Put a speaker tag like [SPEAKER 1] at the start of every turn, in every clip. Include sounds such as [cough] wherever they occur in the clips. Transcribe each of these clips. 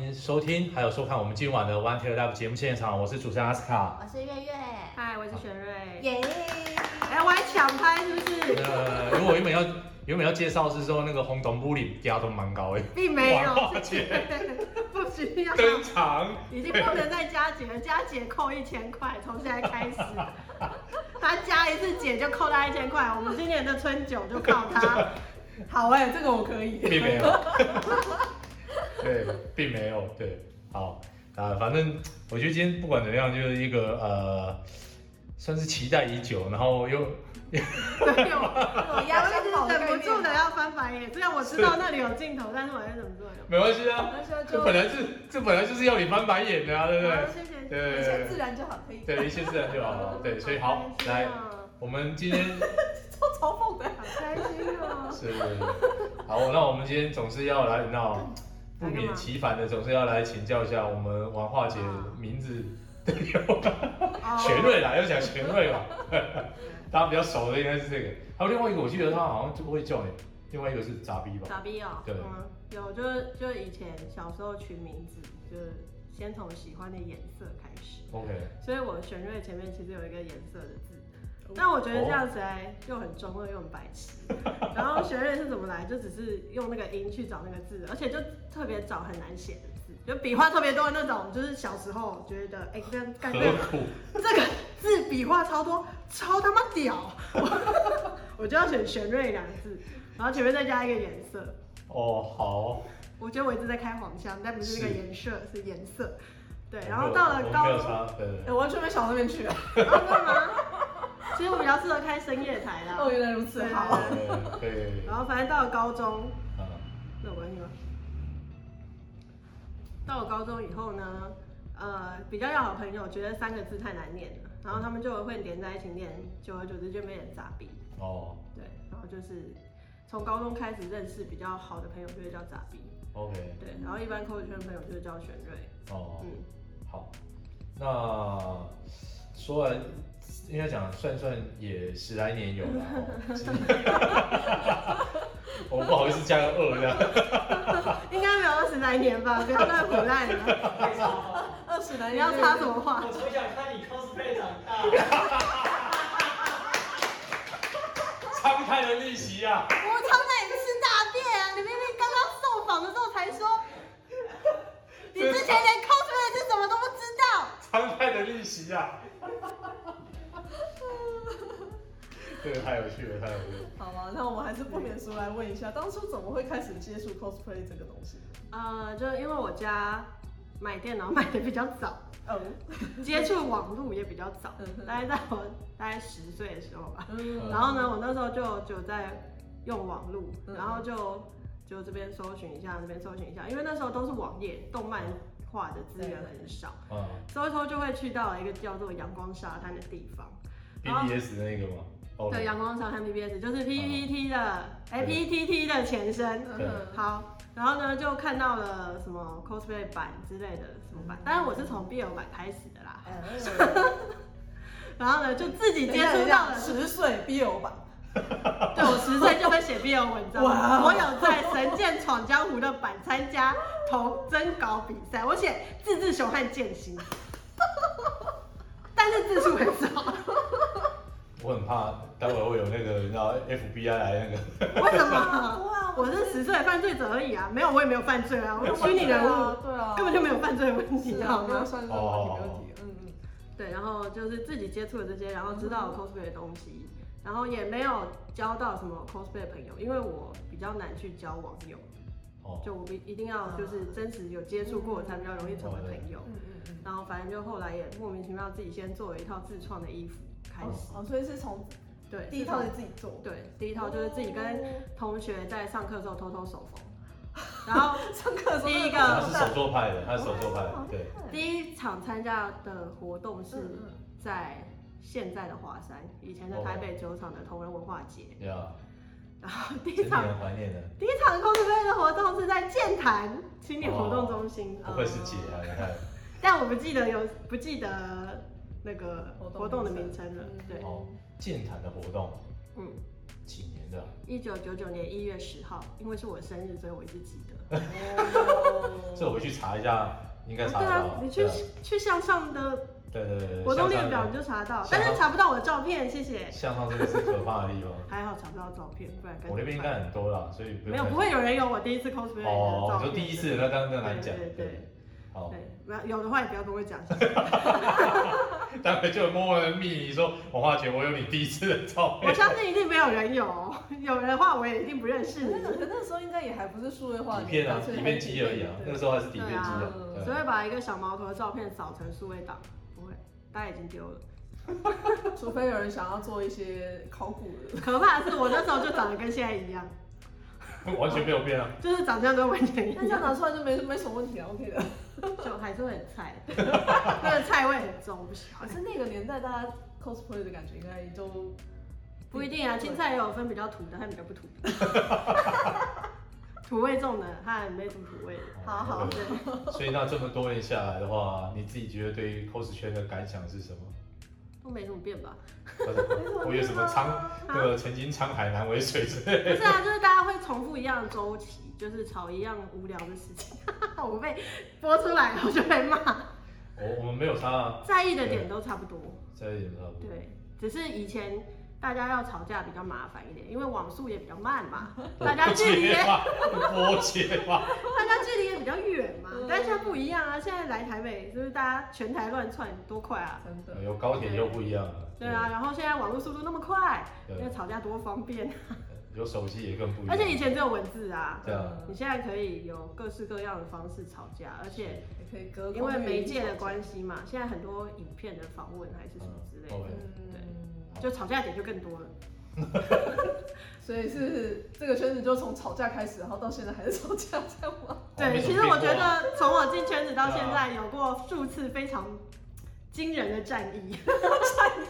[SPEAKER 1] 迎收听还有收看我们今晚的 One Tail Lab 节目现场，我是主持人阿斯卡。
[SPEAKER 2] 我是月月，
[SPEAKER 3] 嗨，我是雪瑞。
[SPEAKER 2] 耶！
[SPEAKER 3] 哎、我还抢拍是
[SPEAKER 1] [laughs]
[SPEAKER 3] 不是？
[SPEAKER 1] 呃，因为我原本要原本要介绍是说那个红铜玻璃压都蛮高的，
[SPEAKER 3] 并没
[SPEAKER 1] 王
[SPEAKER 3] 有，
[SPEAKER 1] 浩
[SPEAKER 3] 是
[SPEAKER 1] 杰
[SPEAKER 3] 姐 [laughs] 不需要，
[SPEAKER 1] 登场。
[SPEAKER 3] 已经不能再加姐了，加姐扣一千块，从现在开始，他加一次姐就扣他一千块，我们今年的春酒就靠他。
[SPEAKER 1] [laughs]
[SPEAKER 3] 好哎、这个我可以。
[SPEAKER 1] 并没有， [laughs] 对，并没有，对，好啊、反正我觉得今天不管怎么样，就是一个呃，算是期待已久，然后又 [laughs]
[SPEAKER 3] 对，我
[SPEAKER 2] 我压
[SPEAKER 3] 我
[SPEAKER 2] 箱
[SPEAKER 3] 一
[SPEAKER 2] 宝
[SPEAKER 3] 直忍不住的要翻白眼，虽然我知道那里有镜头，但是我还是忍不住了。
[SPEAKER 1] 没关系啊，
[SPEAKER 2] 那时候
[SPEAKER 1] 这
[SPEAKER 2] 就
[SPEAKER 1] 本来是这本来就是要你翻白眼的啊，对不对
[SPEAKER 3] 好？谢谢。
[SPEAKER 1] 对
[SPEAKER 2] 一切
[SPEAKER 1] 对
[SPEAKER 2] 自然就好，可以。
[SPEAKER 1] 对，对一切自然就好了，对，所以好
[SPEAKER 3] 开心
[SPEAKER 1] 来，
[SPEAKER 3] 哦
[SPEAKER 1] 我们今天
[SPEAKER 2] 超嘲讽的，
[SPEAKER 3] 好开心哦。
[SPEAKER 1] 是好，那我们今天总是要来，那不免其烦的总是要来请教一下我们王化姐名字的由来。玄
[SPEAKER 3] 哦，
[SPEAKER 1] 瑞啦，要讲玄瑞
[SPEAKER 3] [laughs]
[SPEAKER 1] 嘛，大家比较熟的应该是这个。还有另外一个，我记得他好像就会叫你，另外一个是傻逼吧？
[SPEAKER 3] 傻逼哦。
[SPEAKER 1] 对
[SPEAKER 3] 嗯，有就是就是以前小时候取名字，就是先从喜欢的颜色开始，
[SPEAKER 1] OK，
[SPEAKER 3] 所以我玄瑞前面其实有一个颜色的字。但我觉得这样子来又很中二又很白痴，然后玄瑞是怎么来？就只是用那个音去找那个字，而且就特别找很难写的字，就笔画特别多的那种。就是小时候觉得，哎、这样干这个
[SPEAKER 1] 何苦？
[SPEAKER 3] 这个字笔画超多，超他妈屌！ [laughs] 我 [laughs] 我就要选玄瑞两个字，然后前面再加一个颜色。
[SPEAKER 1] 哦，好，
[SPEAKER 3] 我觉得我一直在开黄腔，但不是那个颜色，是颜色。对，然
[SPEAKER 1] 我
[SPEAKER 3] 后
[SPEAKER 1] 们
[SPEAKER 3] 到了
[SPEAKER 1] 没
[SPEAKER 3] 高
[SPEAKER 1] 有
[SPEAKER 3] 中，
[SPEAKER 1] 差，
[SPEAKER 3] 哎 [laughs]
[SPEAKER 1] 对对
[SPEAKER 2] 我完全没想到那
[SPEAKER 1] [laughs]
[SPEAKER 2] 边去。
[SPEAKER 3] 真的哦吗？其实我比较适合开深夜台啦
[SPEAKER 2] 哦，。原来如此，
[SPEAKER 3] 对
[SPEAKER 2] 好。
[SPEAKER 1] 对对，
[SPEAKER 3] 然后反正到了高中，
[SPEAKER 1] 嗯，
[SPEAKER 3] 那我问你吗？到了高中以后呢，呃，比较要好朋友觉得三个字太难念了，然后他们就会连在一起念，久而久之就变成杂笔。
[SPEAKER 1] 哦
[SPEAKER 3] 对，然后就是从高中开始认识比较好的朋友就会叫杂逼，
[SPEAKER 1] ，OK，
[SPEAKER 3] 对，然后一般口语圈朋友就是叫玄瑞，
[SPEAKER 1] 哦，
[SPEAKER 3] 嗯，
[SPEAKER 1] 好，那说来应该讲算算也十来年有了，
[SPEAKER 3] [laughs]
[SPEAKER 1] 哦是 [laughs] 我不好意思加个二这样。
[SPEAKER 3] 应该没有二十来年吧，不要再腐烂了，
[SPEAKER 2] 二十来
[SPEAKER 3] 你
[SPEAKER 2] 年
[SPEAKER 3] 要插什么话？
[SPEAKER 4] [laughs] 我从小看你 cosplay 长大， [laughs]
[SPEAKER 1] 慷慨的逆袭啊！
[SPEAKER 3] 我常常也是大便啊，你明明刚刚受访的时候才
[SPEAKER 2] [laughs]
[SPEAKER 3] 说，你之前连 cosplay 是什么都不知道，
[SPEAKER 1] 常态的逆袭啊！
[SPEAKER 3] [laughs]
[SPEAKER 1] 这个太有趣了，太有趣了。
[SPEAKER 2] 好吧，那我们还是不免俗来问一下，当初怎么会开始接触 cosplay 这个东西？
[SPEAKER 3] 呃，就因为我家买电脑买的比较早， [laughs]
[SPEAKER 2] 哦，
[SPEAKER 3] 接触网络也比较早
[SPEAKER 2] 嗯，哼
[SPEAKER 3] 大概在我大概十岁的时候吧。
[SPEAKER 2] 嗯
[SPEAKER 3] 然后呢，我那时候就就在用网络，
[SPEAKER 2] 嗯
[SPEAKER 3] 然后就就这边搜寻一下，那边搜寻一下，因为那时候都是网页，动漫画的资源很少，
[SPEAKER 1] 啊
[SPEAKER 3] 搜一搜就会去到了一个叫做阳光沙滩的地方。
[SPEAKER 1] ，BBS 那个吗？哦
[SPEAKER 3] 对，啊阳光沙滩 PPS 就
[SPEAKER 2] 嗯
[SPEAKER 3] 是 PPT 的，哎 PTT 的前身。嗯
[SPEAKER 1] 对
[SPEAKER 3] 好，然后呢就看到了什么 cosplay 版之类的什么版，
[SPEAKER 2] 嗯
[SPEAKER 3] 当然我是从 BL 版开始的啦。然后呢就自己
[SPEAKER 2] 你
[SPEAKER 3] 接触到了
[SPEAKER 2] 十岁 BL 吧？
[SPEAKER 3] 对我十岁就会写 BL 文章，
[SPEAKER 2] 嗯 [laughs] 哇哦
[SPEAKER 3] 我有在《神剑闯江湖》的版参加投征稿比赛，我写自制熊和剑心，但是字数很少，
[SPEAKER 2] [laughs]
[SPEAKER 1] 我很怕待会会有那个，然后 FBI 来那个。
[SPEAKER 3] 为什
[SPEAKER 2] 不
[SPEAKER 3] 么？
[SPEAKER 2] 会啊
[SPEAKER 3] 我是十岁的犯罪者而已啊，没有我也没有犯罪啊，我是虚拟人物，
[SPEAKER 2] 对啊，
[SPEAKER 3] 根本就没有犯罪的问题，
[SPEAKER 2] 是
[SPEAKER 3] 知
[SPEAKER 2] 啊，
[SPEAKER 3] 道
[SPEAKER 2] 没有
[SPEAKER 3] 吗？
[SPEAKER 2] 算是问题，没问题，嗯嗯。
[SPEAKER 3] 对，然后就是自己接触了这些，然后知道了 cosplay 的东西，然后也没有交到什么 cosplay 的朋友，因为我比较难去交网友。
[SPEAKER 1] 哦，
[SPEAKER 3] 就我们一定要就是真实有接触过，才比较容易成为朋友。
[SPEAKER 2] 嗯嗯嗯。
[SPEAKER 3] 然后反正就后来也莫名其妙自己先做了一套自创的衣服开始，
[SPEAKER 2] 哦，所以是从
[SPEAKER 3] 对，
[SPEAKER 2] 第一套是自己做，
[SPEAKER 3] 对第一套就是自己跟同学在上课的时候偷偷手缝，然后
[SPEAKER 2] 上课的时候
[SPEAKER 3] 第一个
[SPEAKER 1] 他是手作派的，他是手作派的，
[SPEAKER 3] 啊
[SPEAKER 1] 对。
[SPEAKER 2] 对，
[SPEAKER 3] 第一场参加的活动是
[SPEAKER 2] 嗯嗯
[SPEAKER 3] 在现在的华山，以前
[SPEAKER 1] 哦
[SPEAKER 3] 的台北酒厂的同人文化节，
[SPEAKER 1] 呀，
[SPEAKER 3] 然后第
[SPEAKER 1] 哦
[SPEAKER 3] 一
[SPEAKER 1] 真令
[SPEAKER 3] 场
[SPEAKER 1] 人怀念的，
[SPEAKER 3] 第一场 cosplay 的活动是在剑潭青年活动中心，嗯
[SPEAKER 1] 不愧是姐啊！你看，
[SPEAKER 3] 但我不记得有不记得那个活动的名称了
[SPEAKER 2] 嗯。
[SPEAKER 3] 对，
[SPEAKER 1] 哦，健谈的活动，
[SPEAKER 3] 嗯，
[SPEAKER 1] 几年的啊、
[SPEAKER 3] 一九九九年一月十号，因为是我生日，所以我一直记得。
[SPEAKER 1] 这我回去查一下，应该查
[SPEAKER 3] 对
[SPEAKER 1] 得
[SPEAKER 3] 啊
[SPEAKER 1] 到。，
[SPEAKER 3] 你去
[SPEAKER 1] 对啊
[SPEAKER 3] 去向上的
[SPEAKER 1] 对对对对，
[SPEAKER 3] 活动列表
[SPEAKER 1] 向
[SPEAKER 3] 你就查到
[SPEAKER 1] 向上，啊
[SPEAKER 3] 但是查不到我的照片，谢谢。
[SPEAKER 1] 向上这个是可怕的地方，
[SPEAKER 3] 还好查不到照片，不然该怎么
[SPEAKER 1] 我那边应该
[SPEAKER 3] 办
[SPEAKER 1] 很多啦，所以不用
[SPEAKER 3] 没有，
[SPEAKER 1] 担
[SPEAKER 3] 不
[SPEAKER 1] 心
[SPEAKER 3] 会有人有我第一次 cosplay 的照
[SPEAKER 1] 哦
[SPEAKER 3] 片。，
[SPEAKER 1] 你说第一次，那当然难讲。
[SPEAKER 3] 对对对，
[SPEAKER 1] 好，
[SPEAKER 3] 对，不要有的话也不要跟我讲。谢谢 [laughs]
[SPEAKER 1] 待会就有默默的密你说，王华姐，我有你第一次的照
[SPEAKER 3] 我
[SPEAKER 1] 片。
[SPEAKER 3] 相信一定没有人有，有人的话我也一定不认识
[SPEAKER 2] 可
[SPEAKER 3] 你
[SPEAKER 2] 是，可那时候应该也还不是数位
[SPEAKER 3] [laughs]
[SPEAKER 2] 化
[SPEAKER 1] 底
[SPEAKER 2] 的
[SPEAKER 1] 片
[SPEAKER 2] 年代，
[SPEAKER 1] 啊，
[SPEAKER 2] 所以
[SPEAKER 1] 底
[SPEAKER 2] 还
[SPEAKER 1] 片
[SPEAKER 2] 是
[SPEAKER 1] 机而已啊，那个时候还是底片机啊对
[SPEAKER 2] 对
[SPEAKER 3] 只会把一个小毛头的照片扫成数位档，不会，大家已经丢了。
[SPEAKER 2] 除非有人想要做一些考古的，
[SPEAKER 3] 可怕的是我那时候就长得跟现在一样，
[SPEAKER 1] 完全没有变啊。
[SPEAKER 3] 就是长相都完全一
[SPEAKER 2] 那这样
[SPEAKER 3] 样，
[SPEAKER 2] 拿出来就没没什么问题啊，OK 的。
[SPEAKER 3] 就还是会很菜， [laughs] 那个菜味很重，我不喜欢
[SPEAKER 2] 可。是那个年代大家 cosplay 的感觉应该都
[SPEAKER 3] 不一定啊，青菜也有分比较土的和比较不土的， [laughs] 土味重的和没什么土味的。
[SPEAKER 2] 好好
[SPEAKER 1] 对所以那这么多年下来的话，你自己觉得对于 cos 圈的感想是什么？
[SPEAKER 3] 都没什么变吧？
[SPEAKER 1] 我有什么沧
[SPEAKER 2] 苍？
[SPEAKER 1] 那个曾经沧海难为水之类
[SPEAKER 3] 不是啊，就是大家会重复一样的周期，就是吵一样无聊的事情。 [laughs] 我被播出来，我就被骂。
[SPEAKER 1] 我我们没有差啊，
[SPEAKER 3] 在意的点都差不多，
[SPEAKER 1] 在一点差不多。
[SPEAKER 3] 对，只是以前大家要吵架比较麻烦一点，因为网速也比较慢
[SPEAKER 1] [laughs]
[SPEAKER 3] 嘛，
[SPEAKER 1] 我
[SPEAKER 3] 大家
[SPEAKER 1] 不
[SPEAKER 3] 距离也
[SPEAKER 1] 接话，我不接话。
[SPEAKER 3] 大家距离也比较远嘛
[SPEAKER 2] 嗯。
[SPEAKER 3] 但现在不一样啊，现在来台北就是大家全台乱窜，多快啊！
[SPEAKER 2] 真的，
[SPEAKER 1] 有高铁又不一样了。
[SPEAKER 3] 对啊，然后现在网络速度那么快，
[SPEAKER 1] 对，
[SPEAKER 3] 那吵架多方便。
[SPEAKER 1] 有手机也更不一样。
[SPEAKER 3] 而且以前只有文字啊，
[SPEAKER 1] 对啊
[SPEAKER 3] 你现在可以有各式各样的方式吵架，而且
[SPEAKER 2] 也可以隔空
[SPEAKER 3] 因为媒介的
[SPEAKER 2] 系，
[SPEAKER 3] 关系嘛，现在很多影片的访问还是什么之类的，
[SPEAKER 1] 嗯
[SPEAKER 2] 嗯，
[SPEAKER 3] 就吵架点就更多了。
[SPEAKER 2] 所以是这个圈子就从吵架开始，然后到现在还是吵架这样吗？ [laughs]
[SPEAKER 1] 哦没
[SPEAKER 3] 对，
[SPEAKER 1] 什么
[SPEAKER 3] 其实我
[SPEAKER 1] 变啊
[SPEAKER 3] 觉
[SPEAKER 1] 过啊
[SPEAKER 3] 得从我进圈子到现在，有过数次非常惊人的战役。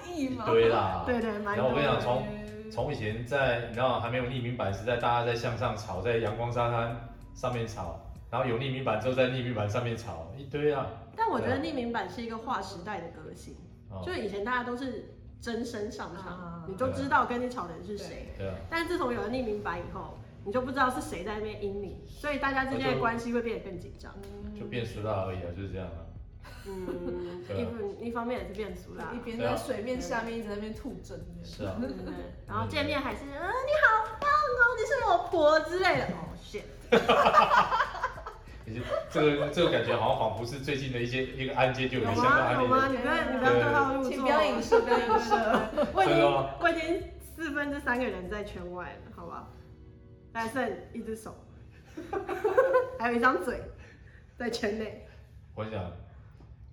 [SPEAKER 2] 善意吗？
[SPEAKER 1] 一堆啦。
[SPEAKER 3] 对对，蛮
[SPEAKER 1] 啊然后
[SPEAKER 3] 多
[SPEAKER 1] 我跟你讲，
[SPEAKER 3] 的。
[SPEAKER 1] 从从以前在你知道还没有匿名版时代，大家在向上吵，在阳光沙滩上面吵，然后有匿名版之后在匿名版上面吵一堆啊。
[SPEAKER 3] 但我觉得匿名版是一个划时代的革新，
[SPEAKER 1] 哦，
[SPEAKER 3] 就是以前大家都是真身上场
[SPEAKER 2] 啊，
[SPEAKER 3] 你就知道跟你吵的人是谁。
[SPEAKER 1] 对啊，
[SPEAKER 3] 但自从有了匿名版以后，你就不知道是谁在那边阴你，所以大家之间的关系会变得更紧张。
[SPEAKER 2] 嗯
[SPEAKER 1] 就变熟了而已啊，就是这样啊。 [laughs]
[SPEAKER 3] 嗯，
[SPEAKER 1] 对啊
[SPEAKER 3] 一一方面也是变熟啦。
[SPEAKER 2] 一边在水面下面一直在那边吐真的，
[SPEAKER 1] 啊是啊，
[SPEAKER 3] 嗯对然后见面还是，嗯，你好棒哦，你是我婆之类的。哦，shit，
[SPEAKER 1] 你就这个这个感觉好像仿佛是最近的一些一个案件就有
[SPEAKER 3] 有
[SPEAKER 1] 点相关
[SPEAKER 3] 吗？有吗？
[SPEAKER 1] 案
[SPEAKER 3] 你不要你不要对哦号入座。
[SPEAKER 2] 请不要影射，不要影射。
[SPEAKER 3] [laughs] 我已
[SPEAKER 1] 真的
[SPEAKER 3] 经
[SPEAKER 1] 吗
[SPEAKER 3] 我已经四分之三个人在圈外了，好不好？还剩一只 [laughs] 手，还有一张嘴在圈内。
[SPEAKER 1] 我跟你讲，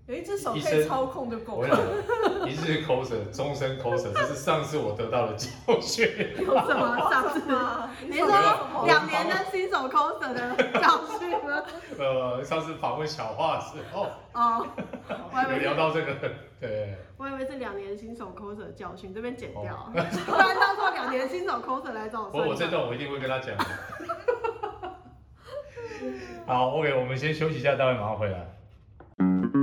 [SPEAKER 2] 有一只手可以操控就够
[SPEAKER 1] 我跟
[SPEAKER 2] 了。
[SPEAKER 1] 你讲，一日口舌，终身口舌，这 [laughs] 是上次我得到的教训。 [laughs]
[SPEAKER 3] 有什么上次？你
[SPEAKER 2] 手
[SPEAKER 3] 说两年的新手 coser 的教训吗？
[SPEAKER 1] 呃，上次访问小话的时候
[SPEAKER 3] 哦，我还以
[SPEAKER 1] 有
[SPEAKER 3] 为
[SPEAKER 1] 聊
[SPEAKER 3] 是
[SPEAKER 1] 到这个，对，
[SPEAKER 3] 我以为是两年新手 coser 的教训，这边剪 [laughs] 掉，不然到时候两年新手 coser 来找我
[SPEAKER 1] 哦我我这
[SPEAKER 3] 算账。
[SPEAKER 1] 段我一定会跟他讲。 [laughs] 好，OK，我们先休息一下，待会马上回来。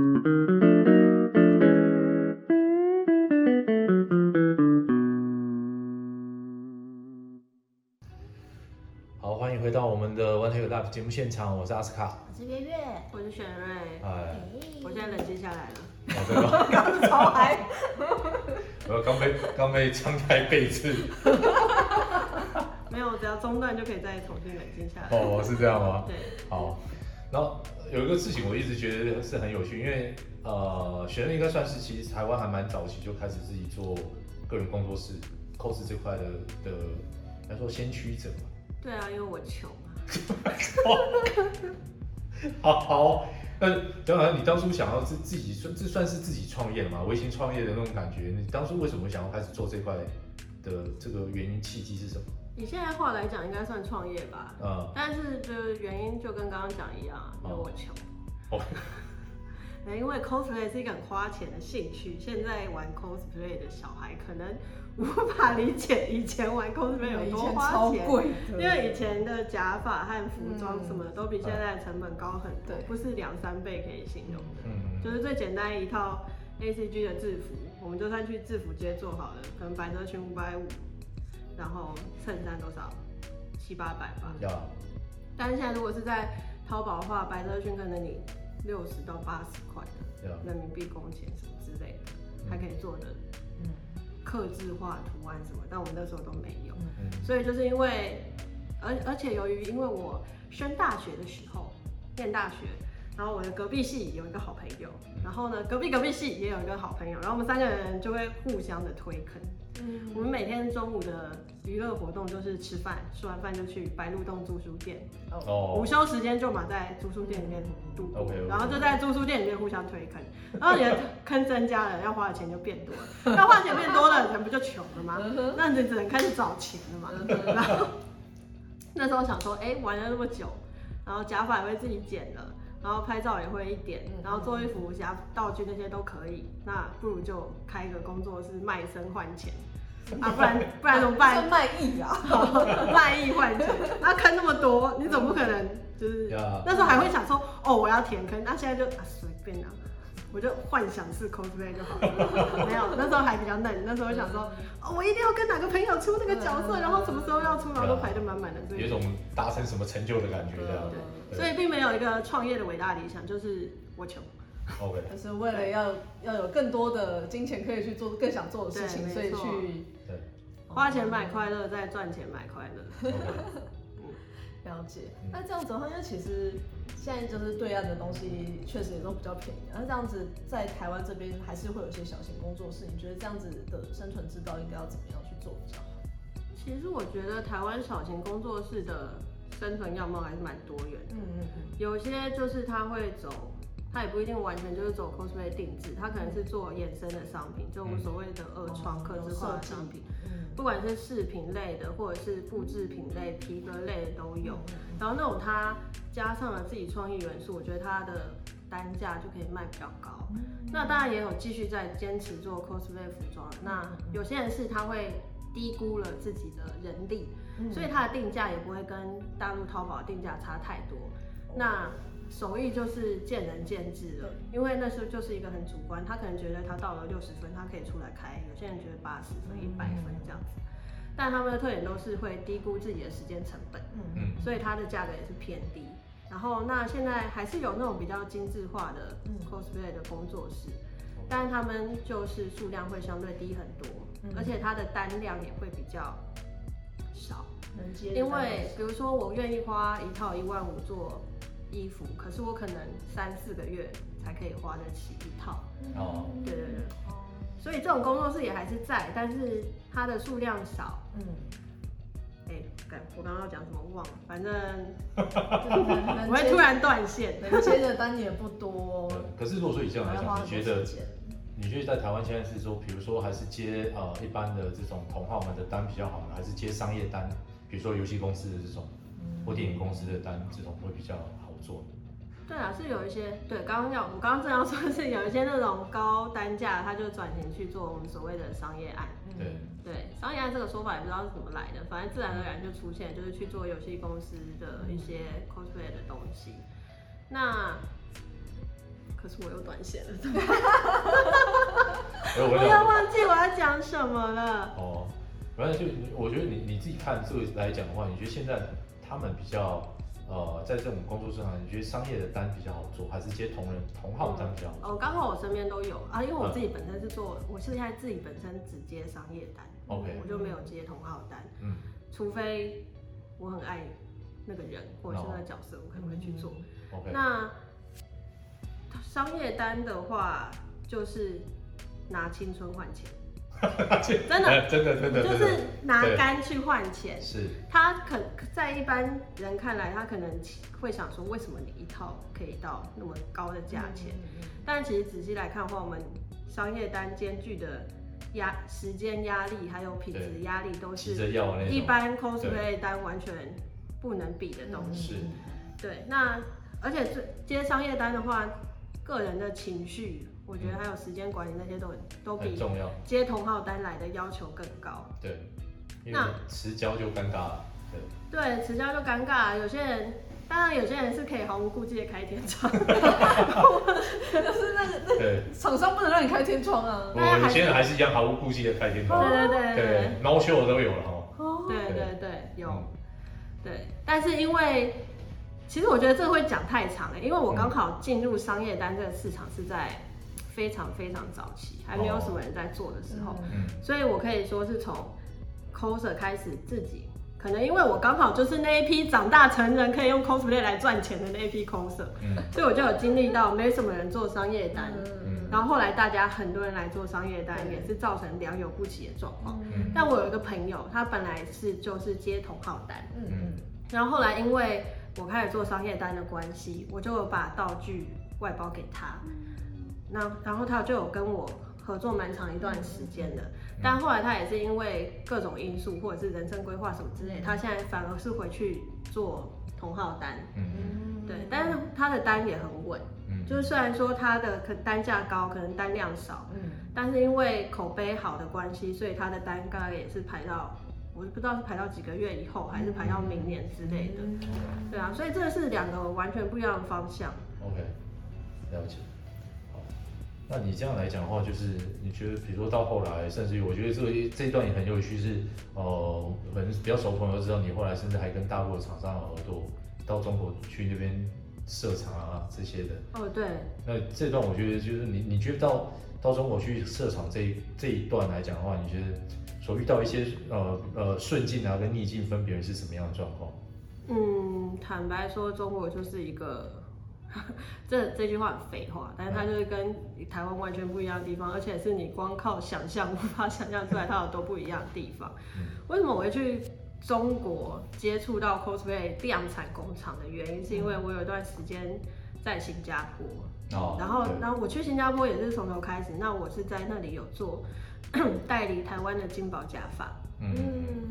[SPEAKER 1] 好，欢迎回到我们的 One Take Lab 节目现场，我是阿斯卡。
[SPEAKER 5] 我是月月，
[SPEAKER 3] 我是雪瑞，
[SPEAKER 1] 哎，
[SPEAKER 3] 我现在冷静下来了。
[SPEAKER 1] 我这个 [laughs]
[SPEAKER 3] [laughs]
[SPEAKER 2] 超嗨，
[SPEAKER 1] 我刚被刚被张开背刺，
[SPEAKER 3] 没有，只要中断就可以再重新冷静下来。
[SPEAKER 1] 哦，是这样吗？
[SPEAKER 3] 对，
[SPEAKER 1] 好，然后有一个事情我一直觉得是很有趣，因为呃，学生应该算是其实台湾还蛮早期就开始自己做个人工作室 cos 这块的的，来说先驱者嘛。 [laughs]
[SPEAKER 3] 对啊，因为我穷嘛。
[SPEAKER 1] 好好，那当然你当初想要自自己算这算是自己创业嘛，微型创业的那种感觉，你当初为什么想要开始做这块的这个原因契机是什么？
[SPEAKER 3] 以现在话来讲，应该算创业吧。
[SPEAKER 1] 呃，
[SPEAKER 3] 但是就是原因就跟刚刚讲一样啊，因为我穷。 [laughs]
[SPEAKER 1] 哦
[SPEAKER 3] 对，因为 cosplay 是一个很花钱的兴趣，现在玩 cosplay 的小孩可能无法理解以前玩 cosplay 有
[SPEAKER 2] 以
[SPEAKER 3] 多
[SPEAKER 2] 前
[SPEAKER 3] 花
[SPEAKER 2] 超
[SPEAKER 3] 钱。
[SPEAKER 2] 贵的，
[SPEAKER 3] 因为以前的假发和服装
[SPEAKER 2] 嗯
[SPEAKER 3] 什么的都比现在的成本高很多
[SPEAKER 2] 对，
[SPEAKER 3] 不是两三倍可以形容的。
[SPEAKER 1] 嗯，
[SPEAKER 3] 就是最简单一套 A C G 的制服，我们就算去制服街做好了，可能百褶裙五百五，然后衬衫多少七八百吧。
[SPEAKER 1] 要
[SPEAKER 3] 但是现在如果是在淘宝的话，百褶裙可能你六十到八十块的
[SPEAKER 1] 要
[SPEAKER 3] 人民币工钱什么之类的，还可以做的
[SPEAKER 5] 嗯
[SPEAKER 3] 刻制化图案什么，但我那时候都没有。
[SPEAKER 1] 嗯
[SPEAKER 3] 所以就是因为，而而且由于因为我升大学的时候念大学，然后我的隔壁系有一个好朋友，
[SPEAKER 1] 嗯
[SPEAKER 3] 然后呢隔壁隔壁系也有一个好朋友，然后我们三个人就会互相的推坑。
[SPEAKER 2] 嗯
[SPEAKER 1] 嗯
[SPEAKER 3] 我们每天中午的娱乐活动就是吃饭，吃完饭就去白鹿洞租书店，午
[SPEAKER 1] 哦，嗯
[SPEAKER 3] 休时间就嘛在租书店里面度过
[SPEAKER 1] OK，OK
[SPEAKER 3] 然后就在租书店里面互相推坑，然后你的坑增加了，要花的钱就变多了，那花的钱变多了，人不就穷了吗？
[SPEAKER 2] 嗯哼
[SPEAKER 3] [laughs] 那你只能开始找钱了嘛。
[SPEAKER 2] 嗯哼
[SPEAKER 3] [laughs] 然后那时候想说，哎、玩了那么久，然后假发也会自己剪了，然后拍照也会一点，
[SPEAKER 2] 嗯
[SPEAKER 3] 然后做衣服、夹道具那些都可以，那不如就开一个工作室卖身换钱啊，
[SPEAKER 2] [laughs]
[SPEAKER 3] 不然不然怎么办
[SPEAKER 2] 算？卖艺啊，
[SPEAKER 3] [laughs] 卖艺换钱，然后坑那么多，你总不可能就是
[SPEAKER 1] 呀
[SPEAKER 3] 那时候还会想说，哦，我要填坑，那现在就啊随便啦、我就幻想式 cosplay 就好了，没有，那时候还比较嫩，那时候想说，哦，我一定要跟哪个朋友出那个角色，然后什么时候要出，然后都排得满满的，所
[SPEAKER 1] 有一
[SPEAKER 3] 以
[SPEAKER 1] 种达成什么成就的感觉，这样。
[SPEAKER 3] 所以并没有一个创业的伟大理想，就是我穷，
[SPEAKER 1] OK，
[SPEAKER 2] 但是为了要要有更多的金钱可以去做更想做的事情，
[SPEAKER 3] 对
[SPEAKER 2] 所以
[SPEAKER 3] 没错
[SPEAKER 2] 去哦
[SPEAKER 1] 对
[SPEAKER 3] 花钱买快乐，再赚钱买快乐。
[SPEAKER 1] ，OK，
[SPEAKER 2] 了解
[SPEAKER 1] 嗯。
[SPEAKER 2] 那这样子的话，因为其实现在就是对岸的东西确实也都比较便宜，那这样子在台湾这边还是会有一些小型工作室，你觉得这样子的生存之道应该要怎么样去做比较好？
[SPEAKER 3] 其实我觉得台湾小型工作室的生存样貌还是蛮多元的。
[SPEAKER 5] 嗯嗯
[SPEAKER 3] 有些就是他会走，他也不一定完全就是走 cosplay 定制，他可能是做衍生的商品，就我们所谓的呃二创
[SPEAKER 5] 嗯
[SPEAKER 3] 客制化的商
[SPEAKER 2] 哦
[SPEAKER 3] 品，
[SPEAKER 5] 嗯
[SPEAKER 3] 不管是饰品类的，或者是布制品类、皮革类的都有。
[SPEAKER 5] 嗯
[SPEAKER 3] 然后那种它加上了自己创意元素，我觉得它的单价就可以卖比较高。那当然也有继续在坚持做 cosplay 服装。那有些人是他会低估了自己的人力，
[SPEAKER 5] 嗯
[SPEAKER 3] 所以它的定价也不会跟大陆淘宝定价差太多。那手艺就是见仁见智了，因为那时候就是一个很主观，他可能觉得他到了六十分，他可以出来开；有些人觉得八十分、一
[SPEAKER 5] 嗯
[SPEAKER 3] 百分这样子。但他们的特点都是会低估自己的时间成本，
[SPEAKER 5] 嗯
[SPEAKER 1] 嗯，
[SPEAKER 3] 所以它的价格也是偏低。然后那现在还是有那种比较精致化的
[SPEAKER 5] 嗯
[SPEAKER 3] cosplay 的工作室，但他们就是数量会相对低很
[SPEAKER 5] 嗯
[SPEAKER 3] 多，而且它的单量也会比较少。
[SPEAKER 5] 能
[SPEAKER 2] 嗯
[SPEAKER 5] 接
[SPEAKER 3] 因为比如说我愿意花一套一万五做衣服，可是我可能三四个月才可以花得起一套。
[SPEAKER 1] 哦，
[SPEAKER 3] 对对对。所以这种工作室也还是在，但是它的数量少。
[SPEAKER 5] 嗯
[SPEAKER 3] 哎、干我刚刚要讲什么忘了，反正
[SPEAKER 2] 我嗯
[SPEAKER 5] 嗯
[SPEAKER 3] 我会突然断线。
[SPEAKER 2] 能接的单也不多，
[SPEAKER 1] 对可是如果说以这样
[SPEAKER 2] 还
[SPEAKER 1] 来
[SPEAKER 2] 要花
[SPEAKER 1] 讲，
[SPEAKER 2] 很
[SPEAKER 1] 你觉
[SPEAKER 2] 多
[SPEAKER 1] 得
[SPEAKER 2] 时间。
[SPEAKER 1] 你觉得在台湾现在是说，比如说还是接呃一般的这种同号们的单比较好呢，还是接商业单，比如说游戏公司的这种
[SPEAKER 3] 嗯
[SPEAKER 1] 或电影公司的单，这种会比较好做？
[SPEAKER 3] 对啊，是有一些对，刚刚要我刚刚正要说是有一些那种高单价，他就转型去做我们所谓的商业案。
[SPEAKER 2] 嗯
[SPEAKER 5] 嗯
[SPEAKER 1] 对，
[SPEAKER 3] 对，商业案这个说法也不知道是怎么来的，反正自然而然就出现，就是去做游戏公司的一些 cosplay 的东西。那可是我又断线了，怎么
[SPEAKER 1] 哎，我
[SPEAKER 3] 我
[SPEAKER 1] 要
[SPEAKER 3] 又忘记我要讲什么了。
[SPEAKER 1] 哦，反正就你我觉得你你自己看这个来讲的话，你觉得现在他们比较呃在这种工作上，你觉得商业的单比较好做，还是接同人同号的单比较好做？
[SPEAKER 3] 哦，刚好我身边都有啊，因为
[SPEAKER 1] 嗯
[SPEAKER 3] 我自己本身是做，我现在自己本身只接商业单
[SPEAKER 1] OK
[SPEAKER 3] 我就没有接同号单，
[SPEAKER 1] 嗯，
[SPEAKER 3] 除非我很爱那个人或者是那个角色，我可能会去做。
[SPEAKER 1] OK，
[SPEAKER 3] 那商业单的话，就是拿青春换钱，真
[SPEAKER 1] [laughs]
[SPEAKER 3] 的
[SPEAKER 1] 真的真的
[SPEAKER 3] 就
[SPEAKER 1] 真
[SPEAKER 3] 是
[SPEAKER 1] 的
[SPEAKER 3] 拿肝去换钱。
[SPEAKER 1] 是
[SPEAKER 3] 他可在一般人看来，他可能会想说，为什么你一套可以到那么高的价
[SPEAKER 5] 嗯
[SPEAKER 3] 钱？
[SPEAKER 1] 嗯
[SPEAKER 3] 但其实仔细来看的话，我们商业单兼具的压时间压力还有品质
[SPEAKER 1] 对
[SPEAKER 3] 压力，都
[SPEAKER 1] 急
[SPEAKER 3] 哦是
[SPEAKER 1] 着要那种
[SPEAKER 3] 一般 cosplay 单完全不能比的东西。
[SPEAKER 1] 嗯是
[SPEAKER 3] 对，那而且这接商业单的话，个人的情绪，我觉得还有时间管理那些都都
[SPEAKER 1] 嗯很
[SPEAKER 3] 比
[SPEAKER 1] 重要，
[SPEAKER 3] 接同号单来的要求更高。
[SPEAKER 1] 对，因为
[SPEAKER 3] 那
[SPEAKER 1] 迟交就尴尬了，对。
[SPEAKER 3] [laughs] 对，迟交就尴尬了，有些人。当然，有些人是可以毫无顾忌的 [laughs] 开天窗，
[SPEAKER 2] 就是那个
[SPEAKER 3] [laughs]
[SPEAKER 1] 对，
[SPEAKER 2] 那厂商不能让你开天窗啊。
[SPEAKER 1] 我有些人还是一样毫无顾忌的开天窗，
[SPEAKER 3] 对对对对
[SPEAKER 1] 对，no show 都有了哈。
[SPEAKER 3] 对
[SPEAKER 1] 对
[SPEAKER 3] 对对，有。
[SPEAKER 1] 嗯
[SPEAKER 3] 对，但是因为其实我觉得这会讲太长了，因为我
[SPEAKER 1] 嗯
[SPEAKER 3] 刚好进入商业单这个市场是在非常非常早期，还没有什么人在做的时候，
[SPEAKER 2] 嗯
[SPEAKER 1] 嗯
[SPEAKER 3] 所以我可以说是从 coser 开始自己。可能因为我刚好就是那一批长大成人可以用 cosplay 来赚钱的那一批 coser，
[SPEAKER 1] 嗯
[SPEAKER 3] 所以我就有经历到没什么人做商业单，
[SPEAKER 1] 嗯
[SPEAKER 3] 然后后来大家很多人来做商业单，
[SPEAKER 2] 对
[SPEAKER 3] 也是造成良莠不齐的状况。
[SPEAKER 1] 嗯
[SPEAKER 3] 但我有一个朋友，他本来是就是接同号单，
[SPEAKER 1] 嗯
[SPEAKER 3] 然后后来因为我开始做商业单的关系，我就有把道具外包给他，那然后他就有跟我合作蛮长一段时间的，但后来他也是因为各种因素或者是人生规划什么之类，他现在反而是回去做同号单，
[SPEAKER 1] 嗯
[SPEAKER 3] 对，但是他的单也很稳，
[SPEAKER 1] 嗯，
[SPEAKER 3] 就是虽然说他的可单价高，可能单量少，
[SPEAKER 2] 嗯
[SPEAKER 3] 但是因为口碑好的关系，所以他的单大概也是排到，我不知道是排到几个月以后，还是排到明年之类的。对啊，所以这是两个完全不一样的方向。
[SPEAKER 1] OK，了解。好，那你这样来讲的话，就是你觉得，比如说到后来，甚至于我觉得这个这一段也很有趣是，呃，可能比较熟的朋友知道，你后来甚至还跟大陆的厂商有合作，到中国去那边设厂啊这些的。
[SPEAKER 3] 哦，对，
[SPEAKER 1] 那这段我觉得就是你，你觉得到到中国去设厂这一这一段来讲的话，你觉得所遇到一些呃呃顺境啊跟逆境分别是什么样的状况？
[SPEAKER 3] 嗯，坦白说，中国就是一个，这这句话很废话，但是
[SPEAKER 1] 嗯
[SPEAKER 3] 它就是跟台湾完全不一样的地方，而且是你光靠想象无法想象出来它有多不一样的地方。
[SPEAKER 1] 嗯
[SPEAKER 3] 为什么我会去中国接触到 cosplay 量产工厂的原因，是因为我有一段时间在新加坡，
[SPEAKER 1] 嗯哦
[SPEAKER 3] 然后
[SPEAKER 1] 对，
[SPEAKER 3] 然后我去新加坡也是从头开始，那我是在那里有做 [coughs] 代理台湾的金宝假发，
[SPEAKER 1] 嗯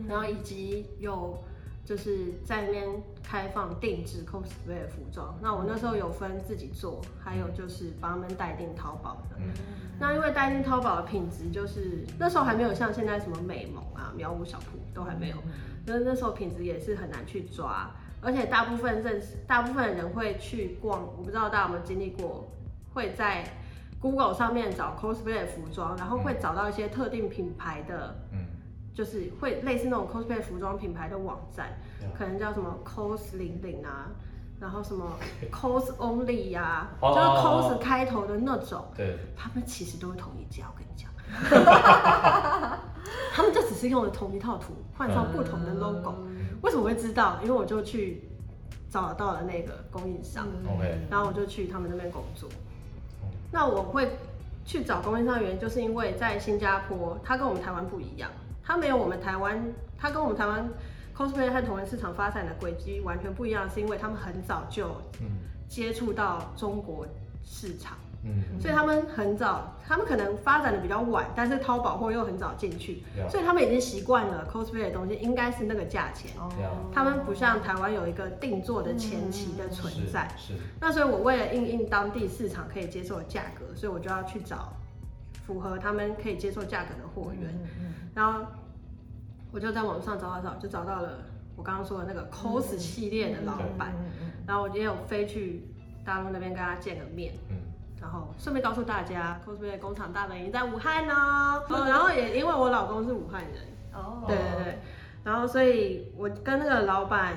[SPEAKER 3] 然后以及有就是在那边开放定制 cosplay 的服装。那我那时候有分自己做，还有就是帮他们代订淘宝的。
[SPEAKER 1] 嗯
[SPEAKER 3] 那因为代订淘宝的品质，就是那时候还没有像现在什么美萌啊、苗舞小铺都还没有，就是那时候品质也是很难去抓，而且大部分认识大部分人会去逛，我不知道大家有没有经历过，会在 Google 上面找 cosplay 的服装，然后会找到一些特定品牌的
[SPEAKER 1] 嗯
[SPEAKER 3] 就是会类似那种 cosplay 服装品牌的网站，
[SPEAKER 1] 嗯，
[SPEAKER 3] 可能叫什么 cos 零零啊，然后
[SPEAKER 1] [laughs]
[SPEAKER 3] 什么 cos only 呀、
[SPEAKER 1] 哦
[SPEAKER 3] 就是 cos 开头的那种，
[SPEAKER 1] 嗯对，
[SPEAKER 3] 他们其实都是同一家，我跟你讲， [laughs] 他们就只是用了同一套图，换上不同的
[SPEAKER 1] 嗯
[SPEAKER 3] logo。为什么会知道？因为我就去找到了那个供应商，然后我就去他们那边工作。那我会去找供应商的原因，就是因为在新加坡，它跟我们台湾不一样，它没有我们台湾，它跟我们台湾 cosplay 和同人市场发展的轨迹完全不一样，是因为他们很早就
[SPEAKER 1] 嗯
[SPEAKER 3] 接触到中国市场，
[SPEAKER 1] 嗯，
[SPEAKER 3] 所以他们很早，他们可能发展的比较晚，但是淘宝货又很早进去，
[SPEAKER 1] 了
[SPEAKER 3] 所以他们已经习惯了 cosplay 的东西应该是那个价钱，
[SPEAKER 1] 了
[SPEAKER 3] 哦他们不像台湾有一个定做的前期的存在。
[SPEAKER 1] 是
[SPEAKER 3] 那所以，我为了应应当地市场可以接受的价格，所以我就要去找符合他们可以接受价格的货源。然后我就在网上找找找，就找到了我刚刚说的那个 COS 系列的老板。然后我也有飞去大陆那边跟他见个面。
[SPEAKER 1] 嗯
[SPEAKER 3] 然后顺便告诉大家，cosplay 工厂大本营在武汉哦。哦然后也因为我老公是武汉人，
[SPEAKER 2] 哦
[SPEAKER 3] 对对对，然后所以我跟那个老板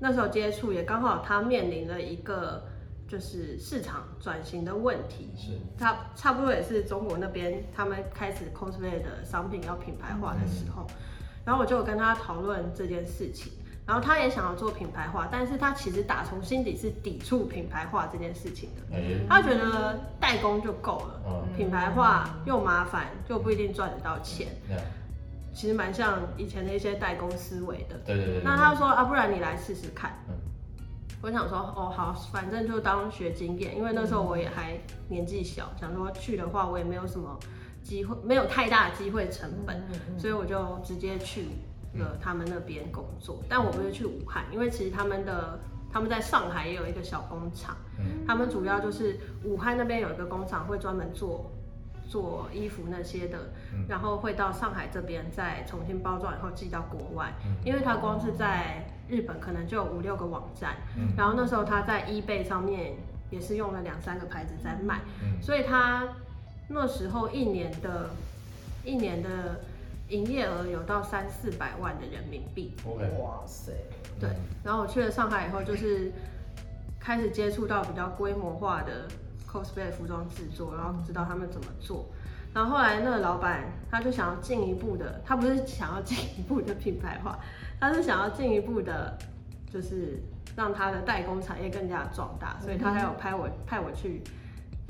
[SPEAKER 3] 那时候接触，也刚好他面临了一个就是市场转型的问题，
[SPEAKER 1] 是
[SPEAKER 3] 他差不多也是中国那边他们开始 cosplay 的商品要品牌化的时候，然后我就有跟他讨论这件事情。然后他也想要做品牌化，但是他其实打从心底是抵触品牌化这件事情的。
[SPEAKER 1] 哎
[SPEAKER 3] 他觉得代工就够了，
[SPEAKER 1] 嗯
[SPEAKER 3] 品牌化又麻烦，就不一定赚得到钱。
[SPEAKER 1] 那
[SPEAKER 3] 其实蛮像以前的一些代工思维的。
[SPEAKER 1] 对对对，
[SPEAKER 3] 那他说啊，不然你来试试看。
[SPEAKER 1] 嗯
[SPEAKER 3] 我想说哦好，反正就当学经验，因为那时候我也还年纪小，想说去的话我也没有什么机会，没有太大的机会成本，
[SPEAKER 1] 嗯
[SPEAKER 3] 所以我就直接去了他们那边工作。但我不是去武汉，因为其实他们的他们在上海也有一个小工厂，
[SPEAKER 1] 嗯
[SPEAKER 3] 他们主要就是武汉那边有一个工厂会专门做做衣服那些的，
[SPEAKER 1] 嗯
[SPEAKER 3] 然后会到上海这边再重新包装以后寄到国外，
[SPEAKER 1] 嗯
[SPEAKER 3] 因为它光是在日本可能就有五六个网站，
[SPEAKER 1] 嗯
[SPEAKER 3] 然后那时候他在 eBay 上面也是用了两三个牌子在卖，
[SPEAKER 1] 嗯
[SPEAKER 3] 所以他那时候一年的一年的。营业额有到三四百万的人民币。
[SPEAKER 1] OK，嗯
[SPEAKER 2] 哇塞，
[SPEAKER 3] 对，然后我去了上海以后，就是开始接触到比较规模化的 cosplay 服装制作，然后知道他们怎么做。然后后来那个老板他就想要进一步的，他不是想要进一步的品牌化，他是想要进一步的，就是让他的代工产业更加壮大，所以他还有拍我派我去，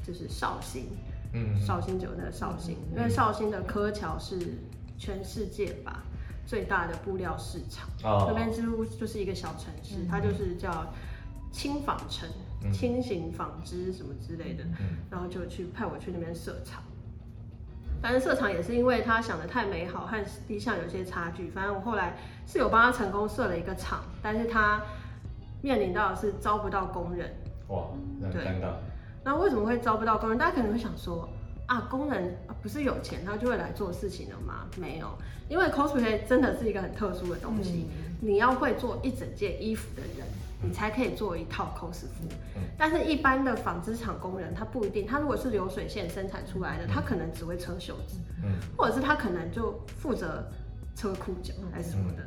[SPEAKER 3] 就是绍兴，
[SPEAKER 1] 嗯，
[SPEAKER 3] 绍兴酒那个绍兴，因为绍兴的柯桥是全世界吧最大的布料市场。那边
[SPEAKER 1] 哦，
[SPEAKER 3] 几乎就是一个小城市，
[SPEAKER 2] 嗯
[SPEAKER 3] 它就是叫轻纺城、
[SPEAKER 1] 嗯
[SPEAKER 3] 轻型纺织什么之类的，
[SPEAKER 1] 嗯
[SPEAKER 3] 然后就去派我去那边设厂。反正设厂也是因为他想的太美好，和理想有些差距。反正我后来是有帮他成功设了一个厂，但是他面临到的是招不到工人。
[SPEAKER 1] 哇，那很
[SPEAKER 3] 对
[SPEAKER 1] 尴尬，
[SPEAKER 3] 那为什么会招不到工人？大家可能会想说啊，工人啊不是有钱他就会来做事情的吗？没有，因为 cosplay 真的是一个很特殊的东
[SPEAKER 2] 嗯
[SPEAKER 3] 西。你要会做一整件衣服的人，你才可以做一套 cos 服。
[SPEAKER 1] 嗯
[SPEAKER 3] 但是，一般的纺织厂工人他不一定，他如果是流水线生产出来的，他可能只会车袖子，
[SPEAKER 1] 嗯
[SPEAKER 3] 或者是他可能就负责车裤脚还是什么的，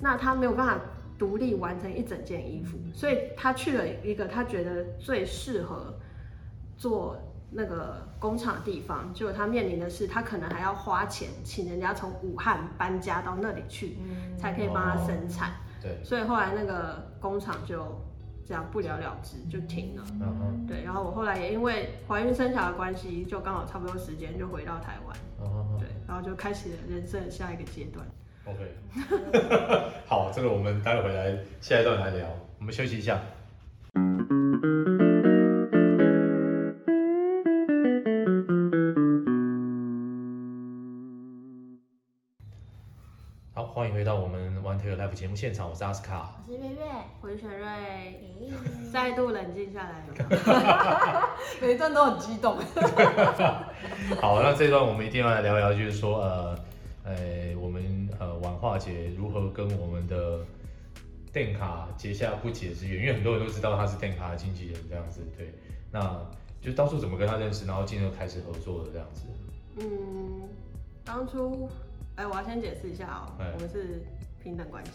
[SPEAKER 3] 那他没有办法独立完成一整件衣服，所以他去了一个他觉得最适合做。那个工厂的地方，结果他面临的是，他可能还要花钱请人家从武汉搬家到那里去，
[SPEAKER 2] 嗯
[SPEAKER 3] 才可以帮他生产。
[SPEAKER 1] 对，
[SPEAKER 3] 所以后来那个工厂就这样不了了之，就停了。
[SPEAKER 1] 然后
[SPEAKER 3] 对，然后我后来也因为怀孕生小的关系，就刚好差不多时间就回到台湾，
[SPEAKER 1] 哦
[SPEAKER 3] 对，然后就开启了人生的下一个阶段。
[SPEAKER 1] ，OK，好，这个我们待会回来下一段来聊，我们休息一下。好，欢迎回到我们 One Take Life 节目现场，我是阿斯卡。
[SPEAKER 2] 我是月月，
[SPEAKER 3] 我是玄
[SPEAKER 1] 哎
[SPEAKER 3] 瑞，再度冷静下来了吗。
[SPEAKER 1] [laughs]
[SPEAKER 2] 每一段都很激动，
[SPEAKER 1] [laughs] 好，那这一段我们一定要来聊聊，就是说，呃，呃，我们呃玩化解如何跟我们的电卡结下不解之缘，因为很多人都知道他是电卡的经纪人这样子，对，那就当初怎么跟他认识，然后进而开始合作的这样子，
[SPEAKER 3] 嗯，当初，哎，我要先解释一下哦、
[SPEAKER 1] 哎
[SPEAKER 3] 我们是平等关系。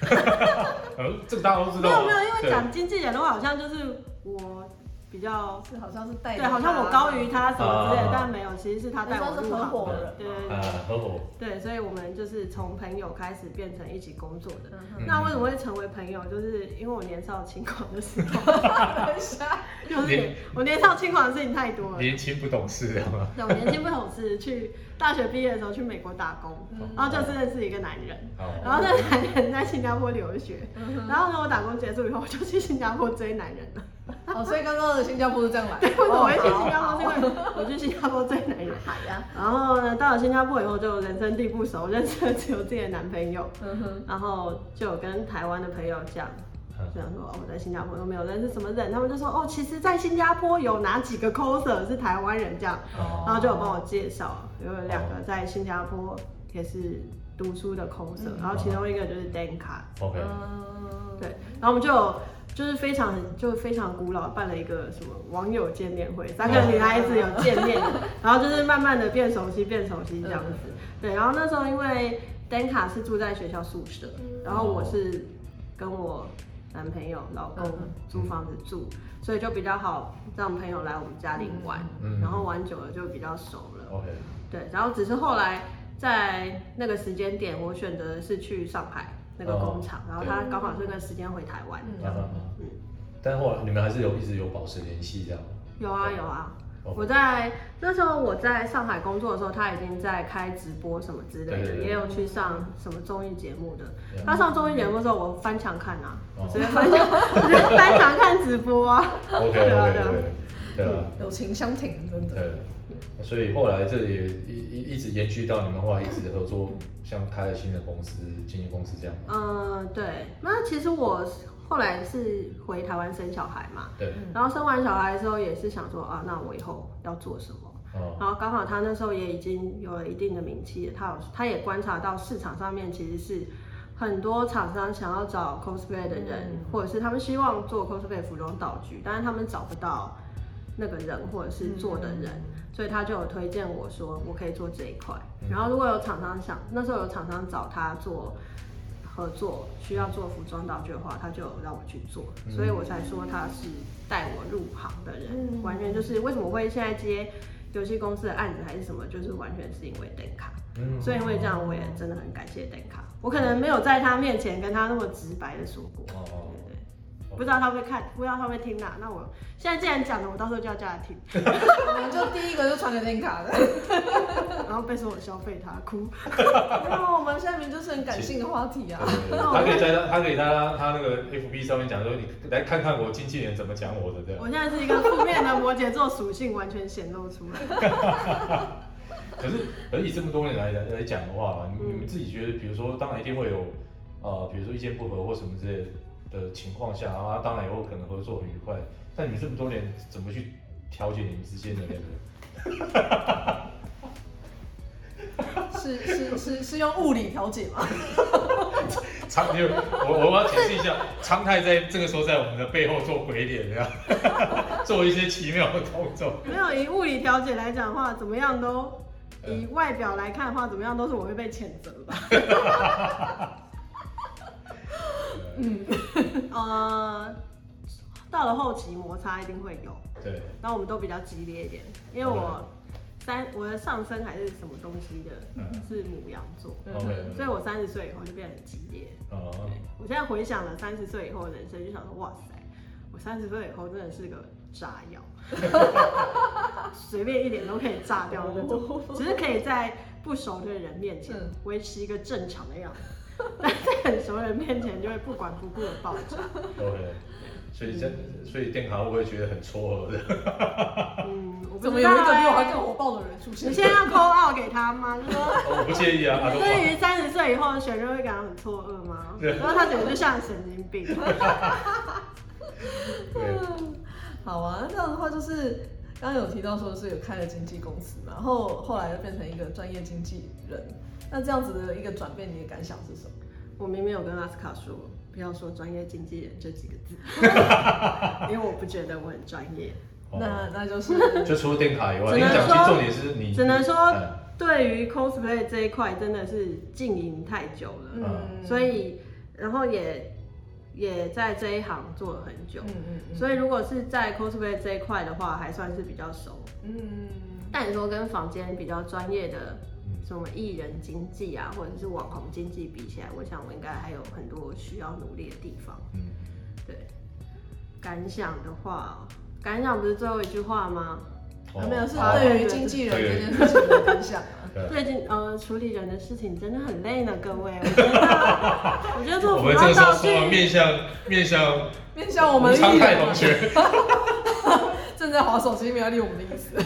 [SPEAKER 1] 呃，这个大家都知
[SPEAKER 3] 没
[SPEAKER 1] 道啊，
[SPEAKER 3] 有没有，因为
[SPEAKER 1] 对
[SPEAKER 3] 讲经纪人的话，好像就是我比较，
[SPEAKER 2] 是好像是带
[SPEAKER 3] 对，
[SPEAKER 2] 着
[SPEAKER 3] 好像我高于
[SPEAKER 2] 他，
[SPEAKER 3] 他什么之类
[SPEAKER 1] 啊，
[SPEAKER 3] 的但没有，其实是他
[SPEAKER 2] 那
[SPEAKER 3] 带
[SPEAKER 2] 算
[SPEAKER 3] 我
[SPEAKER 2] 是
[SPEAKER 3] 入
[SPEAKER 2] 合
[SPEAKER 3] 行的。
[SPEAKER 2] 伙人嘛，
[SPEAKER 3] 对对对
[SPEAKER 1] 呃合伙，
[SPEAKER 3] 对，所以我们就是从朋友开始变成一起工作的。
[SPEAKER 2] 嗯
[SPEAKER 1] 嗯
[SPEAKER 3] 那为什么会成为朋友？就是因为我年少轻狂的时候，
[SPEAKER 2] 哼，等一下，
[SPEAKER 3] [laughs] 就是我年少轻狂的事情太多了。
[SPEAKER 1] 年轻不懂事，知道吗？
[SPEAKER 3] 对，我年轻不懂事，去大学毕业的时候去美国打工，
[SPEAKER 2] 嗯
[SPEAKER 3] 然后就真的是一个男人，
[SPEAKER 1] 好，
[SPEAKER 3] 然后那个男人在新加坡留学，
[SPEAKER 2] 嗯哼
[SPEAKER 3] 然后呢，我打工结束以后，我就去新加坡追男人了。 [laughs]
[SPEAKER 2] 哦，所以刚刚的新加坡是这样来的，
[SPEAKER 3] 对，为什么我会去
[SPEAKER 2] 哦
[SPEAKER 3] 新加坡？是
[SPEAKER 2] 好
[SPEAKER 3] 因为我去新加坡追男人。
[SPEAKER 2] 好呀，
[SPEAKER 3] 然后呢，到了新加坡以后，就人生地不熟，认识了只有自己的男朋友。
[SPEAKER 2] 嗯哼，
[SPEAKER 3] 然后就有跟台湾的朋友讲，就想说哦我在新加坡都没有认识什么人，他们就说哦，其实在新加坡有哪几个 coser 是台湾人这样，
[SPEAKER 1] 哦
[SPEAKER 3] 然后就有帮我介绍，有两个在新加坡也是读书的 coser，、
[SPEAKER 2] 嗯
[SPEAKER 3] 然后其中一个就是 Danka，
[SPEAKER 1] ，OK，
[SPEAKER 2] 嗯，
[SPEAKER 3] 对，然后我们就有。就是非常就非常古老，办了一个什么网友见面会，三
[SPEAKER 2] 哦
[SPEAKER 3] 个女孩子有见面， [laughs] 然后就是慢慢的变熟悉，变熟悉这样
[SPEAKER 2] 嗯
[SPEAKER 3] 子。对，然后那时候因为 Danka 是住在学校宿舍，
[SPEAKER 2] 嗯
[SPEAKER 3] 然后我是跟我男朋友、老公
[SPEAKER 2] 嗯
[SPEAKER 3] 租房子住，所以就比较好让朋友来我们家里玩，
[SPEAKER 1] 嗯
[SPEAKER 3] 然后玩久了就比较熟了。
[SPEAKER 1] ，OK，
[SPEAKER 3] 对，然后只是后来在那个时间点，我选择的是去上海那个
[SPEAKER 1] 哦
[SPEAKER 3] 工厂，然后他刚好这个时间回台湾。
[SPEAKER 2] 嗯
[SPEAKER 1] 啊啊啊但后来你们还是有一直有保持联系这样吗
[SPEAKER 3] 有啊有啊，
[SPEAKER 1] 哦
[SPEAKER 3] 我在那时候我在上海工作的时候，他已经在开直播什么之类
[SPEAKER 1] 对对
[SPEAKER 3] 的，
[SPEAKER 1] 对嗯
[SPEAKER 3] 也有去上什么综艺节目的
[SPEAKER 1] 对。
[SPEAKER 3] 他上综艺节目的时候，我翻墙看啊，
[SPEAKER 1] 哦
[SPEAKER 3] 我直接翻墙， [laughs] 我直接翻墙看直播啊。
[SPEAKER 1] ？OK，OK，
[SPEAKER 3] 对啊对啊
[SPEAKER 1] 对，对啊。
[SPEAKER 2] 友情相挺，真的，
[SPEAKER 1] 对，所以后来这也一一一直延续到你们后来一直合作，像开了新的公司、经纪公司这样。
[SPEAKER 3] 嗯，对。那其实我后来是回台湾生小孩嘛，
[SPEAKER 1] 对，
[SPEAKER 3] 然后生完小孩之后也是想说啊，那我以后要做什么？
[SPEAKER 1] 哦，
[SPEAKER 3] 然后刚好他那时候也已经有了一定的名气了，他有他也观察到市场上面其实是很多厂商想要找 cosplay 的人，
[SPEAKER 2] 嗯
[SPEAKER 3] 或者是他们希望做 cosplay 服装道具，但是他们找不到那个人或者是做的人，所以他就有推荐我说我可以做这一块。
[SPEAKER 1] 嗯
[SPEAKER 3] 然后如果有厂商想，那时候有厂商找他做合作，需要做服装道具的话，他就有让我去做，
[SPEAKER 1] 嗯
[SPEAKER 3] 所以我才说他是带我入行的人，
[SPEAKER 2] 嗯
[SPEAKER 3] 完全就是为什么会现在接游戏公司的案子还是什么，就是完全是因为邓卡。
[SPEAKER 1] 嗯
[SPEAKER 3] 所以因为这样，我也真的很感谢邓卡。我可能没有在他面前跟他那么直白的说过，
[SPEAKER 1] 哦哦
[SPEAKER 3] 对对对，不知道他会看，不知道他会听啦。那我现在既然讲了，我到时候就要叫他听，
[SPEAKER 2] 我们就第一个就传给林卡的。
[SPEAKER 1] [laughs]
[SPEAKER 3] 然后被说我消费他哭。
[SPEAKER 2] 那我们下面就是很感性的话题啊。
[SPEAKER 1] 对他可以在他他可以在他他那个 FB 上面讲说，你来看看我经纪人怎么讲我的这样
[SPEAKER 3] 我。现在是一个负面的摩羯座属性完全显露出来。
[SPEAKER 1] 可是，可是以这么多年来来来讲的话，你
[SPEAKER 3] 嗯
[SPEAKER 1] 你们自己觉得，比如说，当然一定会有，呃，比如说意见不合或什么之类的情况下，然后当然也有可能合作很愉快。但你们这么多年怎么去调节你们之间的那个？
[SPEAKER 2] 是是是是用物理调解吗？
[SPEAKER 1] 常，因为我我要解释一下，常态在这个时候在我们的背后做鬼脸，这样 [laughs] 做一些奇妙的动作。
[SPEAKER 3] 没有以物理调解来讲的话，怎么样都以外表来看的话，怎么样都是我会被谴责吧。
[SPEAKER 2] 嗯，
[SPEAKER 3] [laughs] 呃，到了后期摩擦一定会有。
[SPEAKER 1] 对，
[SPEAKER 3] 然后我们都比较激烈一点，因为我三我的上身还是什么东西的，
[SPEAKER 1] 嗯
[SPEAKER 3] 是母羊座，
[SPEAKER 1] ，OK，
[SPEAKER 3] 所以我三十岁以后就变得很激烈。
[SPEAKER 1] 哦，
[SPEAKER 3] 对我现在回想了三十岁以后的人生，就想说哇塞，我三十岁以后真的是个炸药，随便一点都可以炸掉的那种，只是可以在不熟的人面前
[SPEAKER 2] 嗯
[SPEAKER 3] 维持一个正常的样子。但在很熟的人面前就会不管不顾的爆炸，
[SPEAKER 1] ，OK，所以这所以电卡我会觉得很撮合的。
[SPEAKER 3] 嗯，我不知道
[SPEAKER 2] 怎么有一个比我还
[SPEAKER 3] 欸
[SPEAKER 2] 更啊火爆的人出现
[SPEAKER 3] 你？现在要扣二给
[SPEAKER 2] [laughs]
[SPEAKER 3] 他吗？就说
[SPEAKER 1] 我不介意啊，阿东。
[SPEAKER 3] 对于三十岁以后的选任会感到很错愕吗？
[SPEAKER 1] 对
[SPEAKER 3] 然后他简直就像神经病。 [laughs]
[SPEAKER 1] 对，
[SPEAKER 2] 好啊，那这样的话就是刚刚有提到说是有开了经纪公司嘛，然后后来就变成一个专业经纪人。那这样子的一个转变，你的感想是什么？
[SPEAKER 3] 我明明有跟拉斯卡说，不要说专业经纪人这几个
[SPEAKER 2] [laughs]
[SPEAKER 3] 字，因为我不觉得我很专业。
[SPEAKER 2] 那
[SPEAKER 1] 哦
[SPEAKER 2] 那就是
[SPEAKER 3] 嗯
[SPEAKER 1] 就除了电卡以外，
[SPEAKER 3] 只
[SPEAKER 1] 你
[SPEAKER 3] 能
[SPEAKER 1] 讲
[SPEAKER 3] 说
[SPEAKER 1] 其重点是你
[SPEAKER 3] 只能说
[SPEAKER 1] 嗯
[SPEAKER 3] 对于 cosplay 这一块真的是经营太久了，
[SPEAKER 2] 嗯，
[SPEAKER 3] 所以然后也也在这一行做了很久
[SPEAKER 2] 嗯，嗯嗯，
[SPEAKER 3] 所以如果是在 cosplay 这一块的话，还算是比较熟。
[SPEAKER 2] 嗯
[SPEAKER 3] 但你说跟坊间比较专业的
[SPEAKER 1] 嗯
[SPEAKER 3] 什么艺人经济啊，或者是网红经济比起来，我想我应该还有很多需要努力的地方。
[SPEAKER 1] 嗯，
[SPEAKER 3] 对，感想的话，哦感想不是最后一句话吗？
[SPEAKER 1] 哦
[SPEAKER 2] 啊没有是
[SPEAKER 1] 好
[SPEAKER 2] 对于经纪人这件事情的感
[SPEAKER 1] [laughs]
[SPEAKER 2] 想啊。
[SPEAKER 1] 对
[SPEAKER 3] 最近呃，处理人的事情真的很累呢，各
[SPEAKER 1] [laughs]
[SPEAKER 3] 位。我觉得，我觉得做
[SPEAKER 1] 我
[SPEAKER 3] 服
[SPEAKER 1] 们这个
[SPEAKER 3] 装
[SPEAKER 1] 时
[SPEAKER 3] 道
[SPEAKER 1] 候说
[SPEAKER 3] 具，
[SPEAKER 1] 面向面向
[SPEAKER 2] 面向我们的
[SPEAKER 1] 常
[SPEAKER 2] 艺
[SPEAKER 1] 泰
[SPEAKER 2] 人
[SPEAKER 1] 同
[SPEAKER 2] 啊，
[SPEAKER 1] 学，
[SPEAKER 2] [laughs] 正在划手机，没有理我们的意思。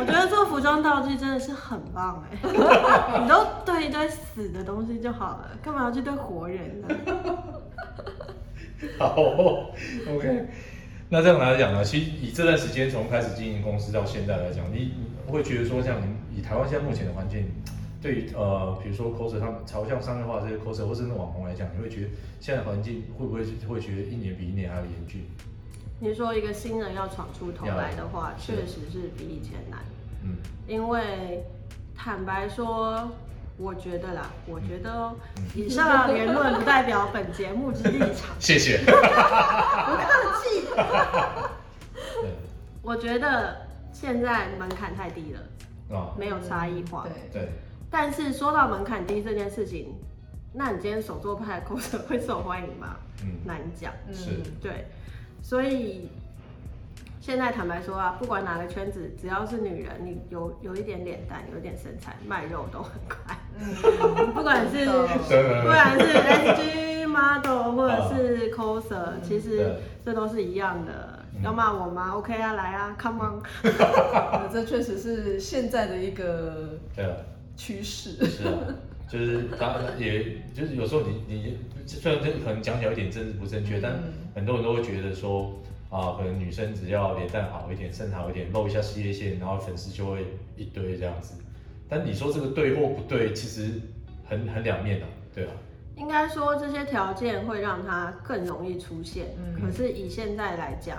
[SPEAKER 3] 我觉得做服装道具真的是很棒哎、
[SPEAKER 1] [laughs]
[SPEAKER 3] 你都对一堆死的东西就好了，干嘛要去对活人呢？
[SPEAKER 1] [laughs] 好，OK。那这样来讲呢，其实以这段时间从开始经营公司到现在来讲，你你会觉得说，像以台湾现在目前的环境，对于呃，比如说 coser 他们朝向商业化这些 coser 或是那网红来讲，你会觉得现在环境会不会会觉得一年比一年还要严峻？
[SPEAKER 3] 你说一个新人要闯出头来的话，
[SPEAKER 1] 是
[SPEAKER 3] 确实是比以前难。
[SPEAKER 1] 嗯
[SPEAKER 3] 因为坦白说，我觉得啦，我觉得哦
[SPEAKER 1] 嗯，
[SPEAKER 3] 以上言论不代表本节目之立场
[SPEAKER 1] 谢 [laughs] 谢。
[SPEAKER 3] 不客气。
[SPEAKER 1] [laughs] 对
[SPEAKER 3] 我觉得现在门槛太低了，
[SPEAKER 1] 啊，
[SPEAKER 3] [laughs] 没有差异化。
[SPEAKER 2] 嗯对，
[SPEAKER 1] 对，
[SPEAKER 3] 但是说到门槛低这件事情，那你今天手做派的 cos 会受欢迎吗？
[SPEAKER 1] 嗯，
[SPEAKER 3] 难讲。
[SPEAKER 2] 嗯
[SPEAKER 1] 是
[SPEAKER 3] 对，所以现在坦白说啊，不管哪个圈子，只要是女人，你有有一点脸蛋，有一点身材，卖肉都很
[SPEAKER 1] [laughs]
[SPEAKER 3] 快。
[SPEAKER 2] 嗯，
[SPEAKER 3] 不管是
[SPEAKER 1] 对对
[SPEAKER 3] 不
[SPEAKER 1] 对
[SPEAKER 3] 管是 SG model 或者是 coser，其实
[SPEAKER 1] 嗯对
[SPEAKER 3] 这都是一样的
[SPEAKER 1] 嗯。
[SPEAKER 3] 要骂我吗？OK 啊，来啊，Come on！ [laughs]
[SPEAKER 2] 呃这确实是现在的一个
[SPEAKER 1] 对啊。
[SPEAKER 2] 趋势。
[SPEAKER 3] [laughs]
[SPEAKER 1] 是啊，就是他也就是有时候你你虽然这可能讲起来有点政治不正确，但
[SPEAKER 2] 嗯
[SPEAKER 1] 很多人都会觉得说啊，可能女生只要脸蛋好一点，身材好一点，露一下事业线，然后粉丝就会一堆这样子。但你说这个对或不对，其实很很两面的、对啊，
[SPEAKER 3] 应该说这些条件会让它更容易出现
[SPEAKER 2] 嗯，
[SPEAKER 3] 可是以现在来讲，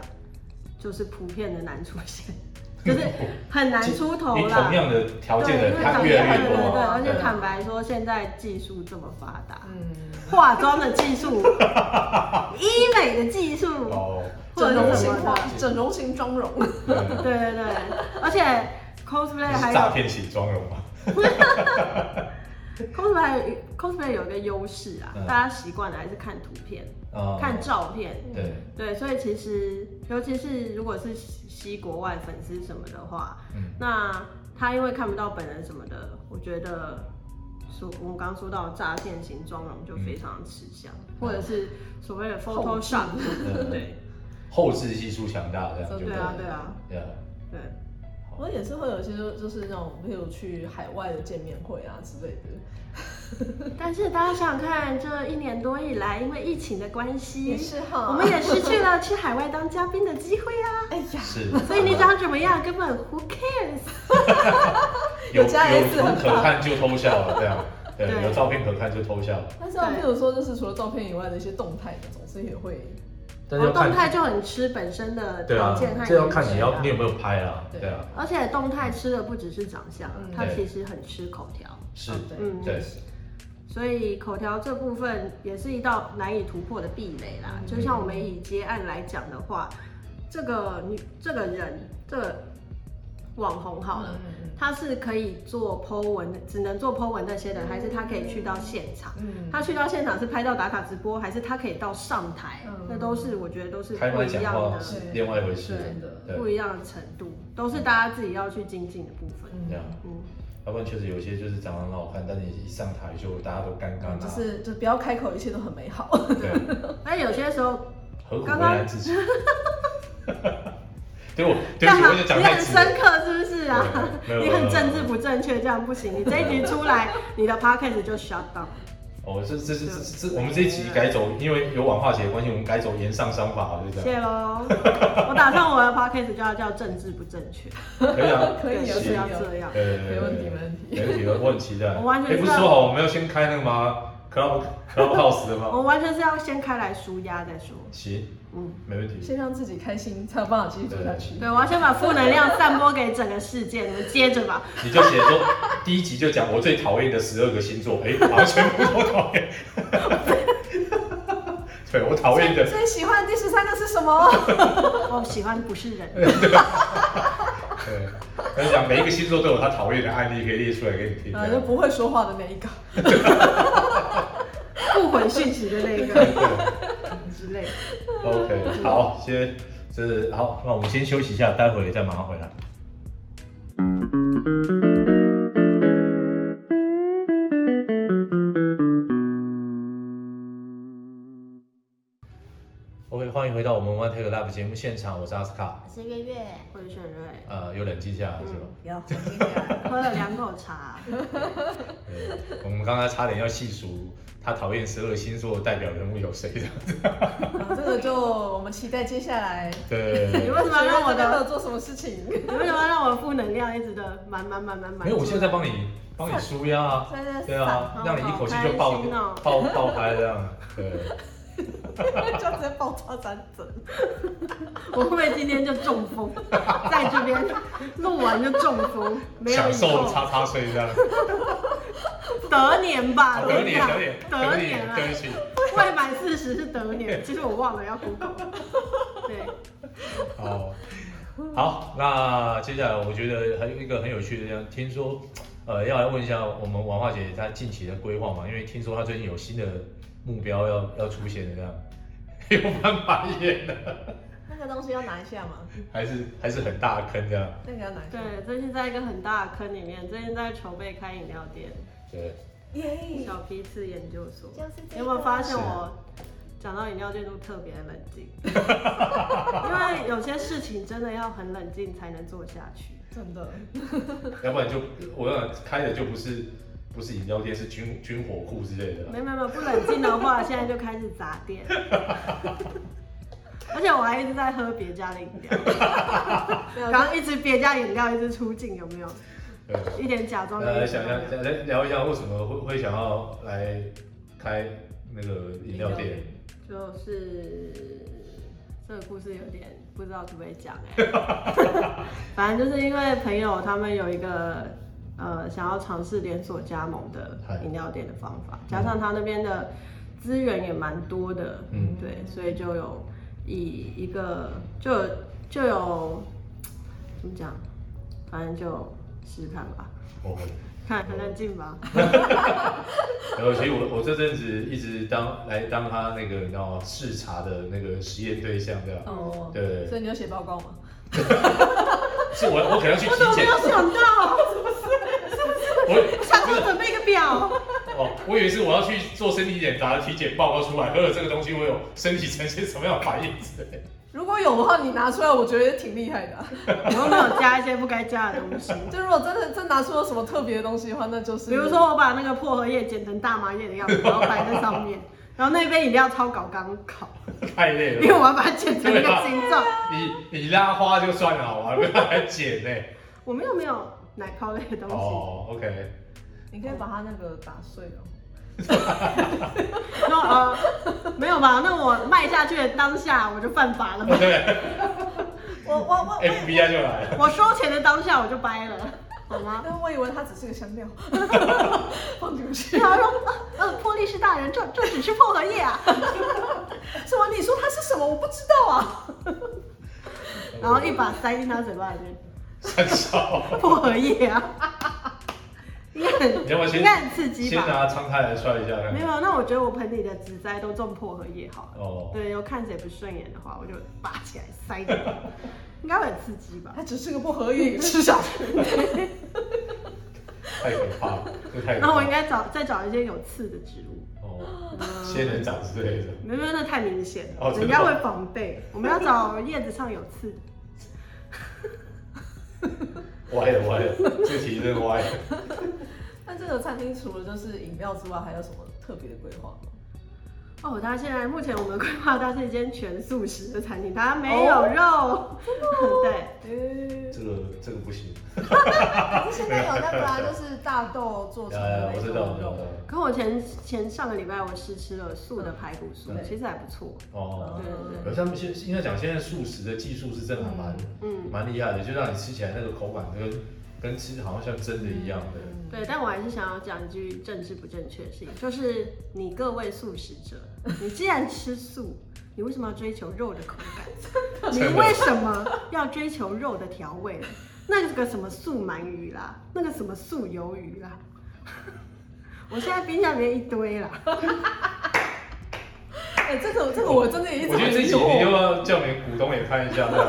[SPEAKER 3] 就是普遍的难出现， [laughs] 就是很难出头
[SPEAKER 1] 你
[SPEAKER 3] 啦
[SPEAKER 1] 同。样的条件
[SPEAKER 3] 对
[SPEAKER 1] 的
[SPEAKER 3] 因
[SPEAKER 1] 人，
[SPEAKER 3] 为
[SPEAKER 1] 他
[SPEAKER 3] 坦
[SPEAKER 1] 越来
[SPEAKER 3] 白
[SPEAKER 1] 越
[SPEAKER 3] 对对
[SPEAKER 1] 多
[SPEAKER 3] 对，
[SPEAKER 1] 啊，
[SPEAKER 3] 而且
[SPEAKER 1] 对
[SPEAKER 3] 坦白说，现在技术这么发达，
[SPEAKER 2] 嗯，
[SPEAKER 3] 化妆的技
[SPEAKER 1] [laughs]
[SPEAKER 3] 术、医美的技术， [laughs]
[SPEAKER 1] 哦，
[SPEAKER 3] 或
[SPEAKER 2] 整容
[SPEAKER 3] 者是
[SPEAKER 2] 型
[SPEAKER 3] 什么
[SPEAKER 2] 化
[SPEAKER 3] 的，，
[SPEAKER 2] 整容型妆容，
[SPEAKER 3] [laughs]
[SPEAKER 1] 对
[SPEAKER 3] 对对对，而且 cosplay
[SPEAKER 1] 这是
[SPEAKER 3] 还有
[SPEAKER 1] 诈骗型妆容嘛，
[SPEAKER 3] cosplay 还有 cosplay 有一个优势啊，
[SPEAKER 1] 嗯
[SPEAKER 3] 大家习惯的还是看图片、
[SPEAKER 1] 啊，
[SPEAKER 3] 看照片，
[SPEAKER 1] 对，
[SPEAKER 3] 对，所以其实尤其是如果是西西国外粉丝什么的话，
[SPEAKER 1] 嗯，
[SPEAKER 3] 那他因为看不到本人什么的，我觉得说我们刚刚说到诈骗型妆容就非常吃香，或者是所谓的 Photoshop，
[SPEAKER 1] [laughs] 嗯
[SPEAKER 3] 对
[SPEAKER 1] 后置技术强大，这样就
[SPEAKER 2] 对
[SPEAKER 3] 对啊对啊
[SPEAKER 1] 对啊，
[SPEAKER 3] 对，
[SPEAKER 2] 我也是会有一些就就是那种，比如去海外的见面会啊之类的，
[SPEAKER 3] 但是大家想想看，这一年多以来，因为疫情的关系
[SPEAKER 2] 也，是哈，
[SPEAKER 3] 我
[SPEAKER 2] [laughs]
[SPEAKER 3] 们也失去了去海外当嘉宾的机会啊。
[SPEAKER 2] 哎呀，
[SPEAKER 1] 是，
[SPEAKER 3] [laughs] 所以你长怎么样，根本 who cares？
[SPEAKER 1] 有
[SPEAKER 2] 有加
[SPEAKER 1] 有
[SPEAKER 2] S 很
[SPEAKER 1] 可
[SPEAKER 2] 棒
[SPEAKER 1] 看就偷笑了，这 [laughs] 样，对，
[SPEAKER 3] 对
[SPEAKER 1] 有照片可看就偷笑，
[SPEAKER 2] 但是啊，
[SPEAKER 3] 对
[SPEAKER 2] 譬如说，就是除了照片以外的一些动态的，总是也会，
[SPEAKER 1] 但是要
[SPEAKER 3] 哦动
[SPEAKER 1] 看
[SPEAKER 3] 态就很吃本身的
[SPEAKER 1] 对
[SPEAKER 3] 条
[SPEAKER 1] 啊
[SPEAKER 3] 件和，
[SPEAKER 1] 这要
[SPEAKER 3] 因
[SPEAKER 1] 看
[SPEAKER 3] 素
[SPEAKER 1] 你
[SPEAKER 3] 啊
[SPEAKER 1] 要你有没有拍啊，对啊，
[SPEAKER 3] 而且动态吃的不只是长相
[SPEAKER 2] 嗯，
[SPEAKER 3] 它
[SPEAKER 1] 对
[SPEAKER 3] 其实很吃口条，
[SPEAKER 1] 是，
[SPEAKER 2] 啊对
[SPEAKER 3] 嗯
[SPEAKER 1] 对，
[SPEAKER 3] 所以口条这部分也是一道难以突破的壁垒啦。
[SPEAKER 2] 嗯
[SPEAKER 3] 就像我们以接案来讲的话，这个女这个人这个网红好了，
[SPEAKER 2] 嗯
[SPEAKER 3] 他是可以做 Po 文的，只能做 Po 文那些人，还是他可以去到现场？
[SPEAKER 2] 嗯，
[SPEAKER 3] 他去到现场是拍到打卡直播，还是他可以到上台？
[SPEAKER 2] 嗯
[SPEAKER 3] 那都是我觉得都是
[SPEAKER 1] 开
[SPEAKER 3] 不
[SPEAKER 1] 麦
[SPEAKER 3] 一
[SPEAKER 1] 讲
[SPEAKER 3] 样
[SPEAKER 1] 话
[SPEAKER 3] 的，
[SPEAKER 1] 是另外一回事
[SPEAKER 2] 对真的，
[SPEAKER 1] 对
[SPEAKER 3] 不一样的程度，都是大家自己要去精进的部分。
[SPEAKER 2] 嗯
[SPEAKER 1] 这样，
[SPEAKER 3] 嗯，
[SPEAKER 1] 要不然确实有些就是长得很好看，但你一上台就大家都尴尬，
[SPEAKER 2] 就是就不要开口，一切都很美好。
[SPEAKER 1] 对，
[SPEAKER 3] 但有些时候，
[SPEAKER 1] 何苦为
[SPEAKER 3] 刚刚
[SPEAKER 1] 难自己？ [laughs] 对我，对不
[SPEAKER 3] 干
[SPEAKER 1] 起，
[SPEAKER 3] 嘛
[SPEAKER 1] 我就
[SPEAKER 3] 你
[SPEAKER 1] 讲太
[SPEAKER 3] 很
[SPEAKER 1] 直了。
[SPEAKER 3] 深刻是不是啊？
[SPEAKER 1] 没有没
[SPEAKER 3] 你
[SPEAKER 1] 有没有
[SPEAKER 3] 很政治不正确，这样
[SPEAKER 1] [laughs]
[SPEAKER 3] 不行。你这一集出来，你的 podcast 就 shut down。
[SPEAKER 1] 哦，这这这这这，我们这一期改走，因为有网化节的关系，我们改走言上商法，就这样。
[SPEAKER 3] 谢喽。我打算我的 podcast 就要叫政治不正确，
[SPEAKER 1] 可以啊，
[SPEAKER 2] [laughs] 可以
[SPEAKER 3] 对
[SPEAKER 2] 有
[SPEAKER 3] 是
[SPEAKER 1] 行
[SPEAKER 3] 要
[SPEAKER 2] 可以有
[SPEAKER 3] 这样。
[SPEAKER 1] 对对对，
[SPEAKER 2] 没问题
[SPEAKER 1] 对
[SPEAKER 2] 没问题
[SPEAKER 1] 没问题，我很期待。
[SPEAKER 3] 我完全
[SPEAKER 1] 哎不
[SPEAKER 3] 知
[SPEAKER 1] 是
[SPEAKER 3] 道
[SPEAKER 1] 说好我们要先开那个吗？Club Club House 的吗？
[SPEAKER 2] 哦
[SPEAKER 3] 我完全是要先开来舒压再说。
[SPEAKER 1] 行，
[SPEAKER 3] 嗯，
[SPEAKER 1] 没问题。
[SPEAKER 2] 先让自己开心，才有办法继续做下去。
[SPEAKER 3] 对，我要先把负能量散播给整个世界，你们接着吧。
[SPEAKER 1] 你就写说第一集就讲我最讨厌的十二个星座，哎，好像全部都讨
[SPEAKER 2] [laughs]
[SPEAKER 1] 厌。对我讨厌的
[SPEAKER 2] 最喜欢的第十三个是什么？
[SPEAKER 3] 我哦喜欢不是人。
[SPEAKER 1] 对，他讲每一个星座都有他讨厌的案例可以列出来给你听。
[SPEAKER 2] 啊，就不会说话的那一个。
[SPEAKER 3] 不回讯息的那个之类的。
[SPEAKER 1] OK，好，先这好，那我们先休息一下，待会再马上回来。OK，欢迎回到我们 One Take Lab 节目现场，我是阿斯卡。
[SPEAKER 4] 我是月月，
[SPEAKER 3] 我是选瑞，
[SPEAKER 1] 呃，有冷静下来是吧？
[SPEAKER 4] 不要回
[SPEAKER 2] [laughs]
[SPEAKER 4] 应了。
[SPEAKER 3] 喝了两口茶，
[SPEAKER 1] 对，我们刚才差点要细数他讨厌十二星座的代表人物有谁的。
[SPEAKER 2] 啊这个就我们期待接下来。
[SPEAKER 1] 对，
[SPEAKER 3] 你为什么要让我
[SPEAKER 2] 谁在这边没有
[SPEAKER 3] 的？
[SPEAKER 2] 做什么事情？
[SPEAKER 3] [laughs] 你为什么要让我负能量一直的满满满满满？
[SPEAKER 1] 没有，我现在在帮你帮你舒压啊。
[SPEAKER 2] 现在
[SPEAKER 1] 对
[SPEAKER 2] 在
[SPEAKER 1] 啊
[SPEAKER 3] 好，
[SPEAKER 1] 让你一口气就爆
[SPEAKER 3] 好开心哦
[SPEAKER 1] 爆爆开这样。 [laughs] 对，
[SPEAKER 2] [laughs] 就直接爆炸三整。
[SPEAKER 3] 我会不会今天就
[SPEAKER 1] [laughs]
[SPEAKER 3] 中风？在这边录完就中风，没有
[SPEAKER 1] 享
[SPEAKER 3] 以
[SPEAKER 1] 受
[SPEAKER 3] 后
[SPEAKER 1] 叉叉睡
[SPEAKER 3] [laughs]
[SPEAKER 1] 这样。哦
[SPEAKER 3] 得年吧，
[SPEAKER 1] 得
[SPEAKER 3] 年
[SPEAKER 1] 点得点
[SPEAKER 3] 得
[SPEAKER 1] 得
[SPEAKER 3] 年
[SPEAKER 1] 点，
[SPEAKER 3] 啊！
[SPEAKER 1] 对不起。
[SPEAKER 3] 未满四十是得年，其实我忘了
[SPEAKER 1] [laughs]
[SPEAKER 3] 要 Google。对， [laughs]
[SPEAKER 1] 哦，好，那接下来我觉得还有一个很有趣的地方，听说呃要来问一下我们王化姐她近期的规划嘛，因为听说她最近有新的目标要要出现的这样， [laughs] 有翻白眼的，
[SPEAKER 2] 那个东西要拿一下吗？
[SPEAKER 1] 还是还是很大的坑这样。
[SPEAKER 2] 那个要拿一下。
[SPEAKER 3] 对，最近在一个很大的坑里面，最近在筹备开饮料店，
[SPEAKER 1] 对，
[SPEAKER 2] 耶
[SPEAKER 3] 小批次研究所。
[SPEAKER 4] 就是这个
[SPEAKER 3] 有没有发现我讲到饮料店都特别冷静？因为有些事情真的要很冷静才能做下去。
[SPEAKER 2] 真的，
[SPEAKER 1] 要不然就我想开的就不是不是饮料店，是军军火库之类的啦。
[SPEAKER 3] 没没没，不冷静的话，现在就开始砸店。而且我还一直在喝别家的饮料，
[SPEAKER 2] 没有
[SPEAKER 3] 然后一直别家饮料一直出镜，有没有？
[SPEAKER 1] 对。
[SPEAKER 3] 一点假装
[SPEAKER 1] 来
[SPEAKER 3] 的意思
[SPEAKER 1] 呃想
[SPEAKER 3] 都没
[SPEAKER 1] 想
[SPEAKER 3] 有。
[SPEAKER 1] 来聊一下为什么会会想要来开那个饮料店？
[SPEAKER 3] 就是这个故事有点不知道可不可以讲哎、
[SPEAKER 1] [laughs]
[SPEAKER 3] 反正就是因为朋友他们有一个呃想要尝试连锁加盟的
[SPEAKER 1] 嗨
[SPEAKER 3] 饮料店的方法，加上他那边的资源也蛮多的，
[SPEAKER 1] 嗯
[SPEAKER 3] 对，所以就有以一个就有就有怎么讲，反正就试试看吧，
[SPEAKER 1] 哦，
[SPEAKER 3] 看很冷静吧。
[SPEAKER 1] 然后其实我我这阵子一直当来当他那个你知道吗视察的那个实验对象这样，
[SPEAKER 2] 哦，
[SPEAKER 1] 对，
[SPEAKER 2] 所以你有写报告吗？
[SPEAKER 1] 是我我可能要去体
[SPEAKER 3] [laughs] 我没
[SPEAKER 1] 检，
[SPEAKER 3] 有想到，
[SPEAKER 1] 我
[SPEAKER 3] 想说准备一个
[SPEAKER 1] [laughs]
[SPEAKER 3] 表，
[SPEAKER 1] 哦，我以为是我要去做身体检查，体检报告出来，喝了这个东西，我有身体呈现什么样的反应之类的。
[SPEAKER 2] 如果有的话，你拿出来，我觉得也挺厉害的啊、 [laughs]
[SPEAKER 3] 我又没有加一些不该加的东西。
[SPEAKER 2] 就如果真的真拿出了什么特别的东西的话，那就是
[SPEAKER 3] 比如说我把那个薄荷叶剪成大麻叶的样子，然后摆在上面，然后那杯饮料超搞刚烤，
[SPEAKER 1] 太累
[SPEAKER 3] 因为
[SPEAKER 1] 了。
[SPEAKER 3] 我要把它剪成一
[SPEAKER 1] 啊
[SPEAKER 3] 个形状。
[SPEAKER 1] 你你拉花就算了，好吧，不要来剪呢、
[SPEAKER 3] 我们又没有奶泡类的东西，
[SPEAKER 1] 哦，OK， [laughs]
[SPEAKER 2] 你可以把它那个打碎哦。
[SPEAKER 3] 那呃没有吧？那我卖下去的当下我就犯法了吧？
[SPEAKER 1] 对
[SPEAKER 2] 我我我
[SPEAKER 1] ，FBI 就来了。
[SPEAKER 3] 我收钱的当下我就掰了，好吗？
[SPEAKER 2] 但我以为它只是个 [laughs] 香料，放进去。
[SPEAKER 3] 然后说，呃，波利士大人，这这只是薄荷叶啊。
[SPEAKER 2] 什么？你说它是什么？我不知道啊。
[SPEAKER 3] 然后一把塞进他嘴巴里面，
[SPEAKER 1] 很少。
[SPEAKER 3] 薄荷叶啊， [laughs] 应该很
[SPEAKER 1] 你要不要先
[SPEAKER 3] 应该很刺激
[SPEAKER 1] 先
[SPEAKER 3] 吧？
[SPEAKER 1] 拿苍苔来摔一下看
[SPEAKER 3] 没有
[SPEAKER 1] 看。，
[SPEAKER 3] 那我觉得我盆里的植栽都种薄荷叶好了。
[SPEAKER 1] 哦，
[SPEAKER 3] 对，有看谁不顺眼的话，我就拔起来塞进
[SPEAKER 1] [laughs]
[SPEAKER 3] 去，应该会很刺激
[SPEAKER 2] [laughs]
[SPEAKER 3] 吧？
[SPEAKER 2] 它只是个薄荷叶，吃下去。 [laughs]
[SPEAKER 1] 太可怕了，这太可怕了。
[SPEAKER 3] 然后我应该找再找一些有刺的植物。
[SPEAKER 1] 哦，仙人掌之类的。
[SPEAKER 3] 没有，没有那太明显
[SPEAKER 1] 哦
[SPEAKER 3] 了，
[SPEAKER 1] 真的
[SPEAKER 3] 人家会防备。我们要找叶子上有刺的。
[SPEAKER 1] 歪了歪了，这个题真的歪了。
[SPEAKER 2] 那这个餐厅除了就是饮料之外，还有什么特别的规划吗？
[SPEAKER 3] 哦，它现在目前我们规划它是一间全素食的餐厅，它没有
[SPEAKER 1] 哦
[SPEAKER 3] 肉。 [laughs] 对，
[SPEAKER 2] 诶、
[SPEAKER 1] 这个这个不行。
[SPEAKER 2] 可是现在有那个、啊，就是大豆做成
[SPEAKER 1] 呃
[SPEAKER 2] 的，
[SPEAKER 1] 我
[SPEAKER 2] 那
[SPEAKER 1] 知道，我
[SPEAKER 2] 种
[SPEAKER 1] 知道。我知
[SPEAKER 2] 肉
[SPEAKER 1] 道。
[SPEAKER 3] 可我前前上个礼拜我试吃了素的排骨素
[SPEAKER 1] 嗯，
[SPEAKER 3] 其实还不错。
[SPEAKER 1] 哦，
[SPEAKER 3] 对对
[SPEAKER 1] 可
[SPEAKER 2] 嗯
[SPEAKER 3] 对，
[SPEAKER 1] 是他们现应该讲，现在素食的技术是真的还蛮
[SPEAKER 3] 嗯，
[SPEAKER 1] 蛮厉害的，就让你吃起来那个口感跟跟吃好像像真的一样的。
[SPEAKER 3] 对，但我还是想要讲一句政治不正确的事情，就是你各位素食者，你既然吃素，你为什么要追求肉的口感？你
[SPEAKER 1] [laughs] 真的
[SPEAKER 3] 为什么要追求肉的调味？那个什么素鳗鱼啦，那个什么素鱿鱼啦，我现在冰箱里面一堆啦。
[SPEAKER 2] 哎、这个这个我真的
[SPEAKER 3] 嗯
[SPEAKER 2] 也一直
[SPEAKER 1] 哦我觉得这
[SPEAKER 2] 很
[SPEAKER 1] 集
[SPEAKER 2] 疑
[SPEAKER 1] 你就
[SPEAKER 2] 惑。
[SPEAKER 1] 要叫你股东也看一下，这样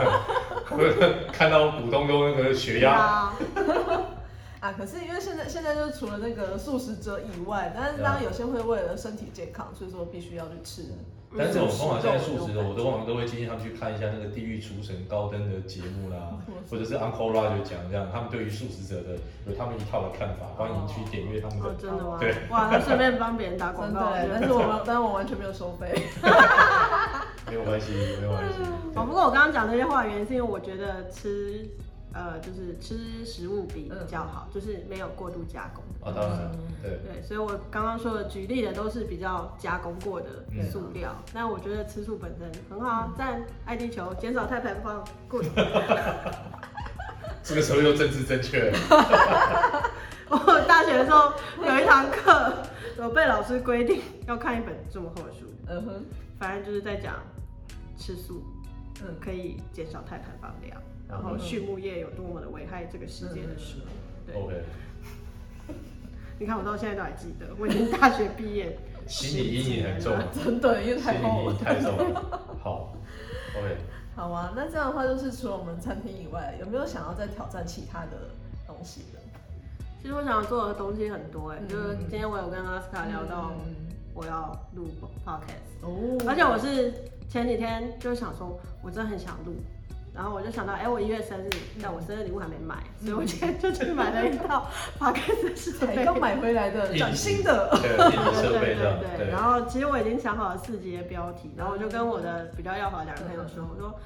[SPEAKER 1] 我 [laughs] 看到股东都那个血压。
[SPEAKER 3] 啊，
[SPEAKER 2] 啊，可是因为现在现在就是除了那个素食者以外，但是
[SPEAKER 1] 对啊
[SPEAKER 2] 当然有些会为了身体健康，所以说必须要去吃。
[SPEAKER 3] 嗯
[SPEAKER 1] 但是我们通常现在素食的，我都往往都会建议他们去看一下那个《地狱厨神高登》的节目啦，
[SPEAKER 3] 嗯
[SPEAKER 1] [laughs] 或者是 Uncle Roger 讲这样，他们对于素食者的有他们一套的看法，欢迎去点阅他们
[SPEAKER 3] 哦
[SPEAKER 1] 的，。
[SPEAKER 3] 真的吗
[SPEAKER 1] 对？
[SPEAKER 3] 哇，他顺便帮别人打广
[SPEAKER 2] 嗯真
[SPEAKER 3] 告，
[SPEAKER 2] 的，但是我们，但是我完全没有收费。
[SPEAKER 1] 没有关系，没有关系。
[SPEAKER 3] 哦，不过我刚刚讲这些话，原因是因为我觉得吃，呃，就是吃食物比
[SPEAKER 2] 嗯
[SPEAKER 3] 较好，就是没有过度加工。
[SPEAKER 1] 啊，当然，对，
[SPEAKER 3] 对，所以我刚刚说的举例的都是比较加工过的
[SPEAKER 1] 嗯
[SPEAKER 3] 塑料。那、我觉得吃素本身很好啊，赞爱地球，减少碳排放，good。
[SPEAKER 1] [laughs] 这个时候又政治正确了。
[SPEAKER 3] 我大学的时候有一堂课，我被老师规定要看一本这么厚的书，
[SPEAKER 2] 嗯哼，
[SPEAKER 3] 反正就是在讲吃素
[SPEAKER 2] 嗯，
[SPEAKER 3] 可以减少碳排放量，然后
[SPEAKER 1] 嗯
[SPEAKER 3] 畜牧业有多么的危害这个世界的书。对，
[SPEAKER 1] OK，，
[SPEAKER 3] 你看我到现在都还记得，我已经大学毕业 [laughs]
[SPEAKER 1] 心理阴影很重，啊
[SPEAKER 2] 真的，因为
[SPEAKER 1] 心
[SPEAKER 2] 太
[SPEAKER 1] 理
[SPEAKER 2] 厚
[SPEAKER 1] 阴
[SPEAKER 2] 了
[SPEAKER 1] 影。太重了。好，OK，
[SPEAKER 2] 好啊，那这样的话，就是除了我们餐厅以外，有没有想要再挑战其他的东西的？
[SPEAKER 3] 其实我想要做的东西很多哎、
[SPEAKER 2] 嗯
[SPEAKER 3] 就是今天我有跟阿斯卡聊到
[SPEAKER 2] 嗯
[SPEAKER 3] 我要录 podcast，、
[SPEAKER 2] 哦
[SPEAKER 3] 而且我是前几天就想说，我真的很想录，然后我就想到，哎、我一月生日，但我生日礼物还没买，
[SPEAKER 2] 嗯
[SPEAKER 3] 所以我今天就去买了一套
[SPEAKER 2] [laughs]
[SPEAKER 3] podcast 的设备
[SPEAKER 2] 才刚买回
[SPEAKER 1] [laughs]
[SPEAKER 2] 来的，崭新的。
[SPEAKER 1] 对，电
[SPEAKER 3] 对
[SPEAKER 1] 子设备
[SPEAKER 3] 对
[SPEAKER 1] 这样
[SPEAKER 3] 嗯对，对，
[SPEAKER 1] 对
[SPEAKER 3] 然，后其实我已经想好了四集的标题，然后我就跟我的比较要好的两个朋友
[SPEAKER 2] 嗯
[SPEAKER 3] 说，我说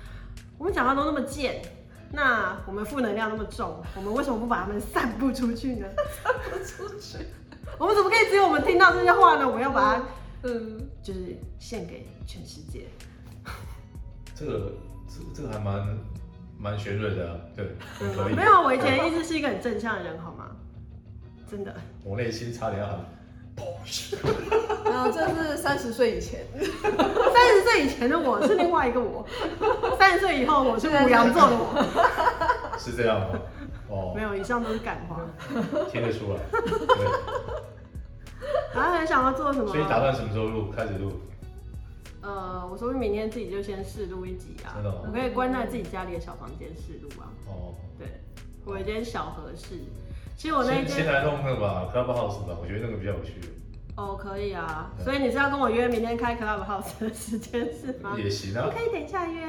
[SPEAKER 3] 我们讲话都那么贱，那我们负能量那么重，我们为什么不把他们散布出去
[SPEAKER 2] [laughs]
[SPEAKER 3] 呢？
[SPEAKER 2] 出去。
[SPEAKER 3] [laughs] 我们怎么可以只有我们听到这些话呢？我们要把它
[SPEAKER 2] 嗯，
[SPEAKER 3] 就是献给全世界。
[SPEAKER 1] 这个这这个还蛮蛮玄蕊的、啊，对，很可以。
[SPEAKER 3] 嗯没有，我以前一直是一个很正向的人，好吗？真的，
[SPEAKER 1] 我内心差点要喊，
[SPEAKER 2] 然后这是三十岁以前，
[SPEAKER 3] 三十岁以前的我是另外一个我，三十岁以后我是母羊座的我。 [laughs]
[SPEAKER 1] [laughs] 是这样吗？哦，
[SPEAKER 3] 没有，以上都是感化。
[SPEAKER 1] 听得出来。
[SPEAKER 3] [laughs]
[SPEAKER 1] 对，
[SPEAKER 3] 然后很想要做什么？
[SPEAKER 1] 所以打算什么时候录？开始录？
[SPEAKER 3] 呃，我说不定明天自己就先试录一集啊
[SPEAKER 1] 真的哦，
[SPEAKER 3] 我可以关在自己家里的小房间试录啊。
[SPEAKER 1] 哦，
[SPEAKER 3] 对，我有一间小合适。其实我那一
[SPEAKER 1] 先先
[SPEAKER 3] 间
[SPEAKER 1] 来弄那个吧，Clubhouse 吧，我觉得那个比较有趣，
[SPEAKER 3] 哦可以啊，
[SPEAKER 1] 对
[SPEAKER 3] 所以你是要跟我约明天开 club house 的时间是吗？
[SPEAKER 1] 也行
[SPEAKER 3] 我
[SPEAKER 1] 啊。
[SPEAKER 3] 可以等一下约，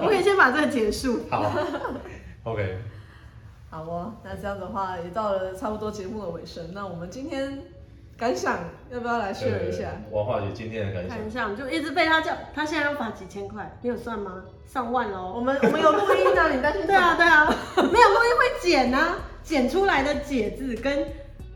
[SPEAKER 3] 我可以先把这个结束。
[SPEAKER 1] 好
[SPEAKER 3] [laughs]
[SPEAKER 1] ，OK，
[SPEAKER 2] 好哦，那这样子的话也到了差不多节目的尾声，那我们今天感想要不要来 share 一下？
[SPEAKER 1] 呃王化姐今天的感想
[SPEAKER 3] 看一。下，就一直被他叫，他现在要罚几千块，你有算吗？上万
[SPEAKER 2] 我
[SPEAKER 3] 喽。
[SPEAKER 2] 们我们有录音啊，你担心什
[SPEAKER 3] [laughs] 对啊
[SPEAKER 2] 么？
[SPEAKER 3] 对啊，没有东西会减啊，减出来的“解”字跟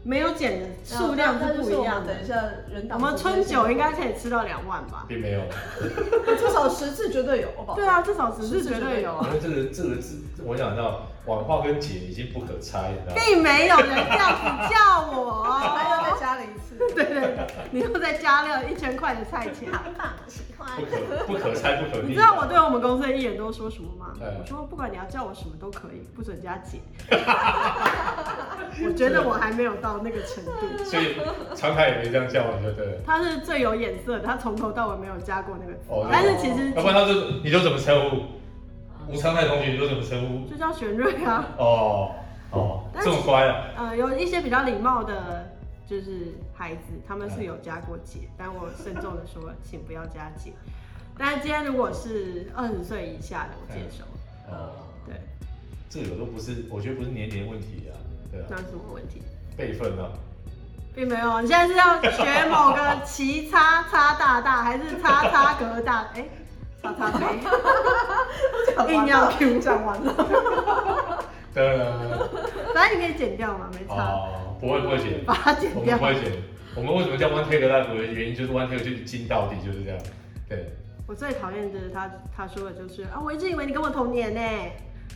[SPEAKER 3] 没有减的数量
[SPEAKER 2] 那
[SPEAKER 3] 是
[SPEAKER 2] 啊就
[SPEAKER 3] 不
[SPEAKER 2] 是
[SPEAKER 3] 一
[SPEAKER 2] 我
[SPEAKER 3] 样
[SPEAKER 2] 们
[SPEAKER 3] 的
[SPEAKER 2] 等一。下人
[SPEAKER 3] 我
[SPEAKER 2] 党
[SPEAKER 3] 们
[SPEAKER 2] 中间
[SPEAKER 3] 春
[SPEAKER 2] 先
[SPEAKER 3] 酒应该可以吃到两万吧？
[SPEAKER 1] 并没有，
[SPEAKER 2] [laughs] 至少十次绝对有，我保证
[SPEAKER 3] 对。啊，至少十次绝对有啊。
[SPEAKER 1] 因为这个这个字，我想到网化跟解已经不可拆，你知
[SPEAKER 3] [laughs]
[SPEAKER 1] 道吗？
[SPEAKER 3] 并没有人这样子叫
[SPEAKER 2] 还 [laughs] 要
[SPEAKER 3] 我。
[SPEAKER 2] 再加了一次，
[SPEAKER 3] 对对，对你又再加了一千块的菜钱。
[SPEAKER 1] 不可不可拆不可逆。
[SPEAKER 3] 你知道我对我们公司的艺人都说什么吗？
[SPEAKER 1] 嗯
[SPEAKER 3] 我说不管你要叫我什么都可以，不准加
[SPEAKER 1] [laughs]
[SPEAKER 3] 姐。我觉得我还没有到那个程度。
[SPEAKER 1] 所以常凯也没这样叫我，对不对了？
[SPEAKER 3] 他是最有眼色的，他从头到尾没有加过那个字，
[SPEAKER 1] 哦
[SPEAKER 3] 但是其实
[SPEAKER 1] 要不然他就你就怎么称呼？吴常凯同学，你就怎么称呼？
[SPEAKER 3] 就叫玄瑞啊。
[SPEAKER 1] 哦哦，
[SPEAKER 3] 但
[SPEAKER 1] 这
[SPEAKER 3] 是
[SPEAKER 1] 么乖啊！
[SPEAKER 3] 呃，有一些比较礼貌的，就是孩子，他们
[SPEAKER 1] 哎
[SPEAKER 3] 是有加过姐，但我慎重的说，请不要加姐。但今天如果是二十岁以下的，我
[SPEAKER 1] 哎
[SPEAKER 3] 接受。
[SPEAKER 1] 哦，
[SPEAKER 3] 对，
[SPEAKER 1] 这个都不是，我觉得不是年龄问题啊，对
[SPEAKER 3] 那
[SPEAKER 1] 啊，
[SPEAKER 3] 是什么问题？
[SPEAKER 1] 辈分啊，
[SPEAKER 3] 并没有，你现在是要学某个齐叉叉大大，还是叉叉格大？哎、叉叉飞，硬要 Q 讲完了，
[SPEAKER 1] 当然，
[SPEAKER 3] 反正你可以剪掉嘛，没差，
[SPEAKER 1] 呃哦，不会不会剪，
[SPEAKER 3] [laughs] 把它剪
[SPEAKER 1] 我
[SPEAKER 3] 掉
[SPEAKER 1] 们不。会剪。我们为什么叫 one take life 的原因就是 one take 就是精到底就是这样，对。
[SPEAKER 3] [laughs] 我最讨厌的是他他说的就是啊，我一直以为你跟我同年呢，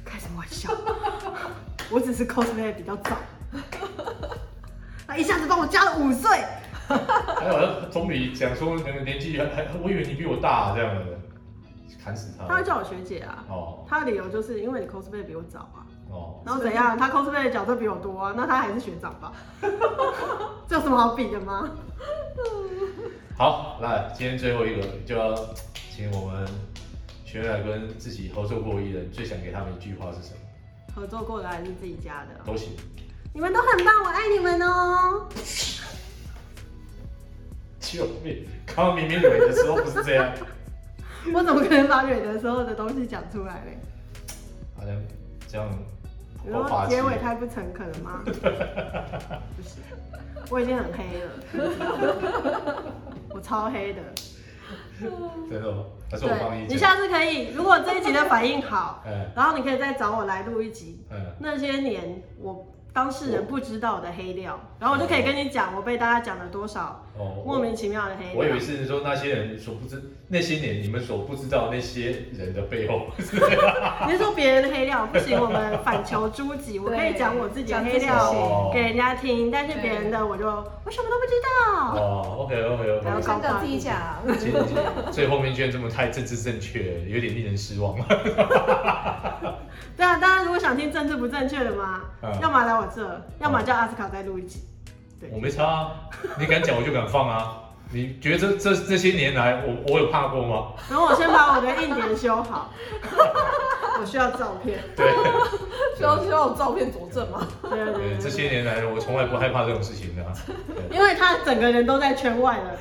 [SPEAKER 3] 开什么玩笑？我只是 cosplay 比较早，他一下子帮我加了五岁，
[SPEAKER 1] 还有，总比讲说那个年纪还还，我以为你比我大、这样的，砍死他。
[SPEAKER 3] 他会叫我学姐啊。
[SPEAKER 1] 哦
[SPEAKER 3] 他的理由就是因为你 cosplay 比我早啊，
[SPEAKER 1] 哦，
[SPEAKER 3] 然后怎样？他 cosplay 的角色比我多啊，那他还是学长吧？ [laughs] 这有什么好比的吗？
[SPEAKER 1] 好，那今天最后一个就要请我们学员来跟自己合作过的艺人，最想给他们一句话是什么？
[SPEAKER 3] 合作过的还是自己家的？
[SPEAKER 1] 都行。
[SPEAKER 3] 你们都很棒，我爱你们哦！ [laughs]
[SPEAKER 1] 救命！刚刚明明蕊的时候不是这样，
[SPEAKER 3] 我怎么可能把蕊的时候的东西讲出来嘞？
[SPEAKER 1] 好像这样
[SPEAKER 3] 你
[SPEAKER 1] 好
[SPEAKER 3] 说
[SPEAKER 1] 霸气
[SPEAKER 3] 结。尾太不诚恳了吗？ [laughs] 不是，我已经很黑了， [laughs] 我超黑的。
[SPEAKER 1] 真的吗？还是我帮
[SPEAKER 3] 对，
[SPEAKER 1] 你
[SPEAKER 3] 你
[SPEAKER 1] 讲？
[SPEAKER 3] 下次可以，如果这一集的反应好，
[SPEAKER 1] 嗯
[SPEAKER 3] 然后你可以再找我来录一集
[SPEAKER 1] 嗯，
[SPEAKER 3] 那些年我当事人不知道的黑料，然后我就可以跟你讲我被大家讲了多少
[SPEAKER 1] 哦
[SPEAKER 3] 莫名其妙的黑
[SPEAKER 1] 我以
[SPEAKER 3] 料
[SPEAKER 1] 为。是说那些人所不知，那些年你们所不知道那些人的背后。
[SPEAKER 3] 你是说别人的黑料不行，我们反求诸己，我可以讲我自己的黑
[SPEAKER 1] [laughs]
[SPEAKER 2] 讲自
[SPEAKER 1] 的
[SPEAKER 2] 己
[SPEAKER 3] 料
[SPEAKER 1] 哦
[SPEAKER 3] 给人家听，但是
[SPEAKER 2] 对
[SPEAKER 3] 别人的我就我什么都不知道。
[SPEAKER 1] 哦，OK OK
[SPEAKER 3] 还有
[SPEAKER 1] OK。
[SPEAKER 2] 香港低价，
[SPEAKER 1] 前几天最后面居然这么太政治正确，有点令人失望。
[SPEAKER 3] 对啊，大家如果想听政治不正确的嘛，
[SPEAKER 1] 嗯
[SPEAKER 3] 要么来我这，要么叫阿斯卡再录一集。对
[SPEAKER 1] 我没差啊，你敢讲我就敢放啊。你觉得这这这些年来，我我有怕过吗？
[SPEAKER 3] 然后我先把我的硬碟
[SPEAKER 1] [laughs]
[SPEAKER 3] 修好，我需要照片。
[SPEAKER 1] 对，
[SPEAKER 2] 需要需要有照片佐证吗？
[SPEAKER 3] 对对对
[SPEAKER 1] 对，这
[SPEAKER 3] 对
[SPEAKER 1] 些年来我从来不害怕这种事情的、啊。
[SPEAKER 3] 对因为他整个人都在圈外了，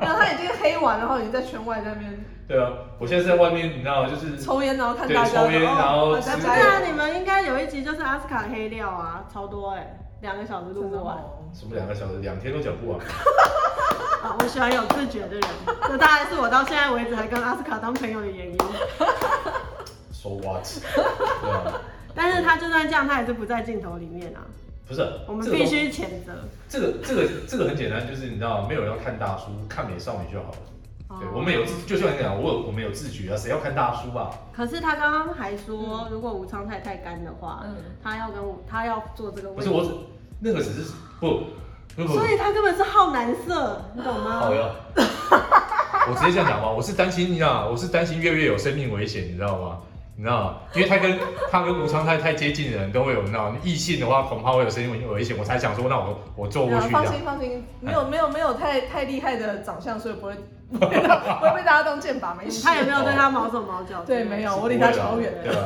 [SPEAKER 2] 然后他已经黑完，然后你在圈外那边
[SPEAKER 1] 对啊，我现在在外面，你知道，就是
[SPEAKER 2] 抽烟，然后看
[SPEAKER 1] 对
[SPEAKER 2] 大家，哦
[SPEAKER 1] 抽烟然后
[SPEAKER 2] 大家
[SPEAKER 1] 吃
[SPEAKER 3] 对
[SPEAKER 2] 加油
[SPEAKER 3] 啊，你们应该有一集就是阿斯卡的黑料啊，超多哎、两个小时录不完
[SPEAKER 1] 什么两个小时，两天都讲不完。
[SPEAKER 3] 啊！我喜欢有自觉的人，这大概是我到现在为止还跟阿斯卡当朋友的原因。
[SPEAKER 1] So
[SPEAKER 3] [laughs]
[SPEAKER 1] what？对啊，
[SPEAKER 3] 但是他就算这样，他也是不在镜头里面啊，
[SPEAKER 1] 不是，
[SPEAKER 3] 我们
[SPEAKER 1] 这个
[SPEAKER 3] 必
[SPEAKER 1] 东
[SPEAKER 3] 须谴责。
[SPEAKER 1] 这个这个这个很简单，就是你知道，没有人要看大叔，看美少女就好了。
[SPEAKER 3] 哦
[SPEAKER 1] 对，我们有自，就像你讲，我有我们有自觉啊，谁要看大叔啊？
[SPEAKER 3] 可是他刚刚还说，如果吴昌泰太干的话，
[SPEAKER 2] 嗯
[SPEAKER 3] 他要跟我他要做这个位
[SPEAKER 1] 不
[SPEAKER 3] 置，
[SPEAKER 1] 是我只，那个只是不不不，哦
[SPEAKER 3] 所以他根本是好男色，你懂吗？
[SPEAKER 1] 好呀。我直接这样讲吧，我是担心你啊，我是担心月月有生命危险，你知道吗？你知道吗？因为他跟他跟吴昌泰太接近的人都会有闹，你异性的话恐怕会有生命危险，我才想说，那我我坐过
[SPEAKER 2] 啊
[SPEAKER 1] 去哎这
[SPEAKER 2] 放
[SPEAKER 1] 样
[SPEAKER 2] 心。放心，没有没有没有太太厉害的长相，所
[SPEAKER 1] [laughs]
[SPEAKER 2] 以不会不会不会被大家当剑拔，没事。
[SPEAKER 3] 他也没有对他毛手毛脚，
[SPEAKER 2] 对没有我离他超远
[SPEAKER 1] 啊对吧？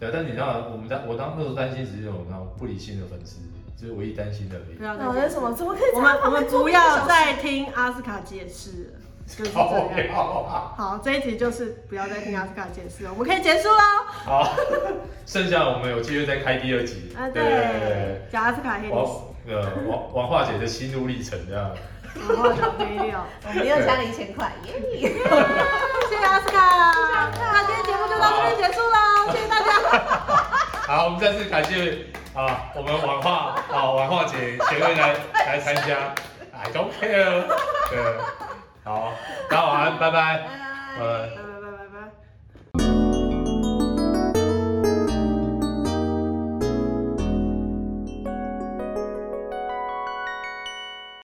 [SPEAKER 1] 对，啊但你知道，我们当我当那时候担心只是我们不理性的粉丝，就是唯一担心的而
[SPEAKER 3] 不
[SPEAKER 1] 已。
[SPEAKER 3] 要再
[SPEAKER 2] 老人什么？怎么可以
[SPEAKER 3] 我
[SPEAKER 2] 这
[SPEAKER 3] 们
[SPEAKER 2] 样？
[SPEAKER 3] 我们不要再听阿斯卡解释了，就是这
[SPEAKER 1] 好
[SPEAKER 3] 样。
[SPEAKER 1] 啊！
[SPEAKER 3] 好，这一集就是不要再听阿斯卡解释了，我们可以结束了。
[SPEAKER 1] 好，剩下我们有机会再开第二集。
[SPEAKER 3] 啊，
[SPEAKER 1] 对对
[SPEAKER 3] 对，讲阿斯卡黑历
[SPEAKER 1] 对，王
[SPEAKER 3] 史，
[SPEAKER 1] 呃王王化姐的心路历程这样。
[SPEAKER 3] 然后就黑料。
[SPEAKER 2] 我们又加了一千块，耶！
[SPEAKER 3] 谢谢阿斯卡，那今天节目就到这边结束了，谢谢大家。
[SPEAKER 1] 好，我们再次感谢啊，我们王化啊王化姐协会来来参加，I don't [laughs] care。对，好，大家晚安，拜拜，
[SPEAKER 2] 拜拜
[SPEAKER 1] 拜。
[SPEAKER 3] 拜拜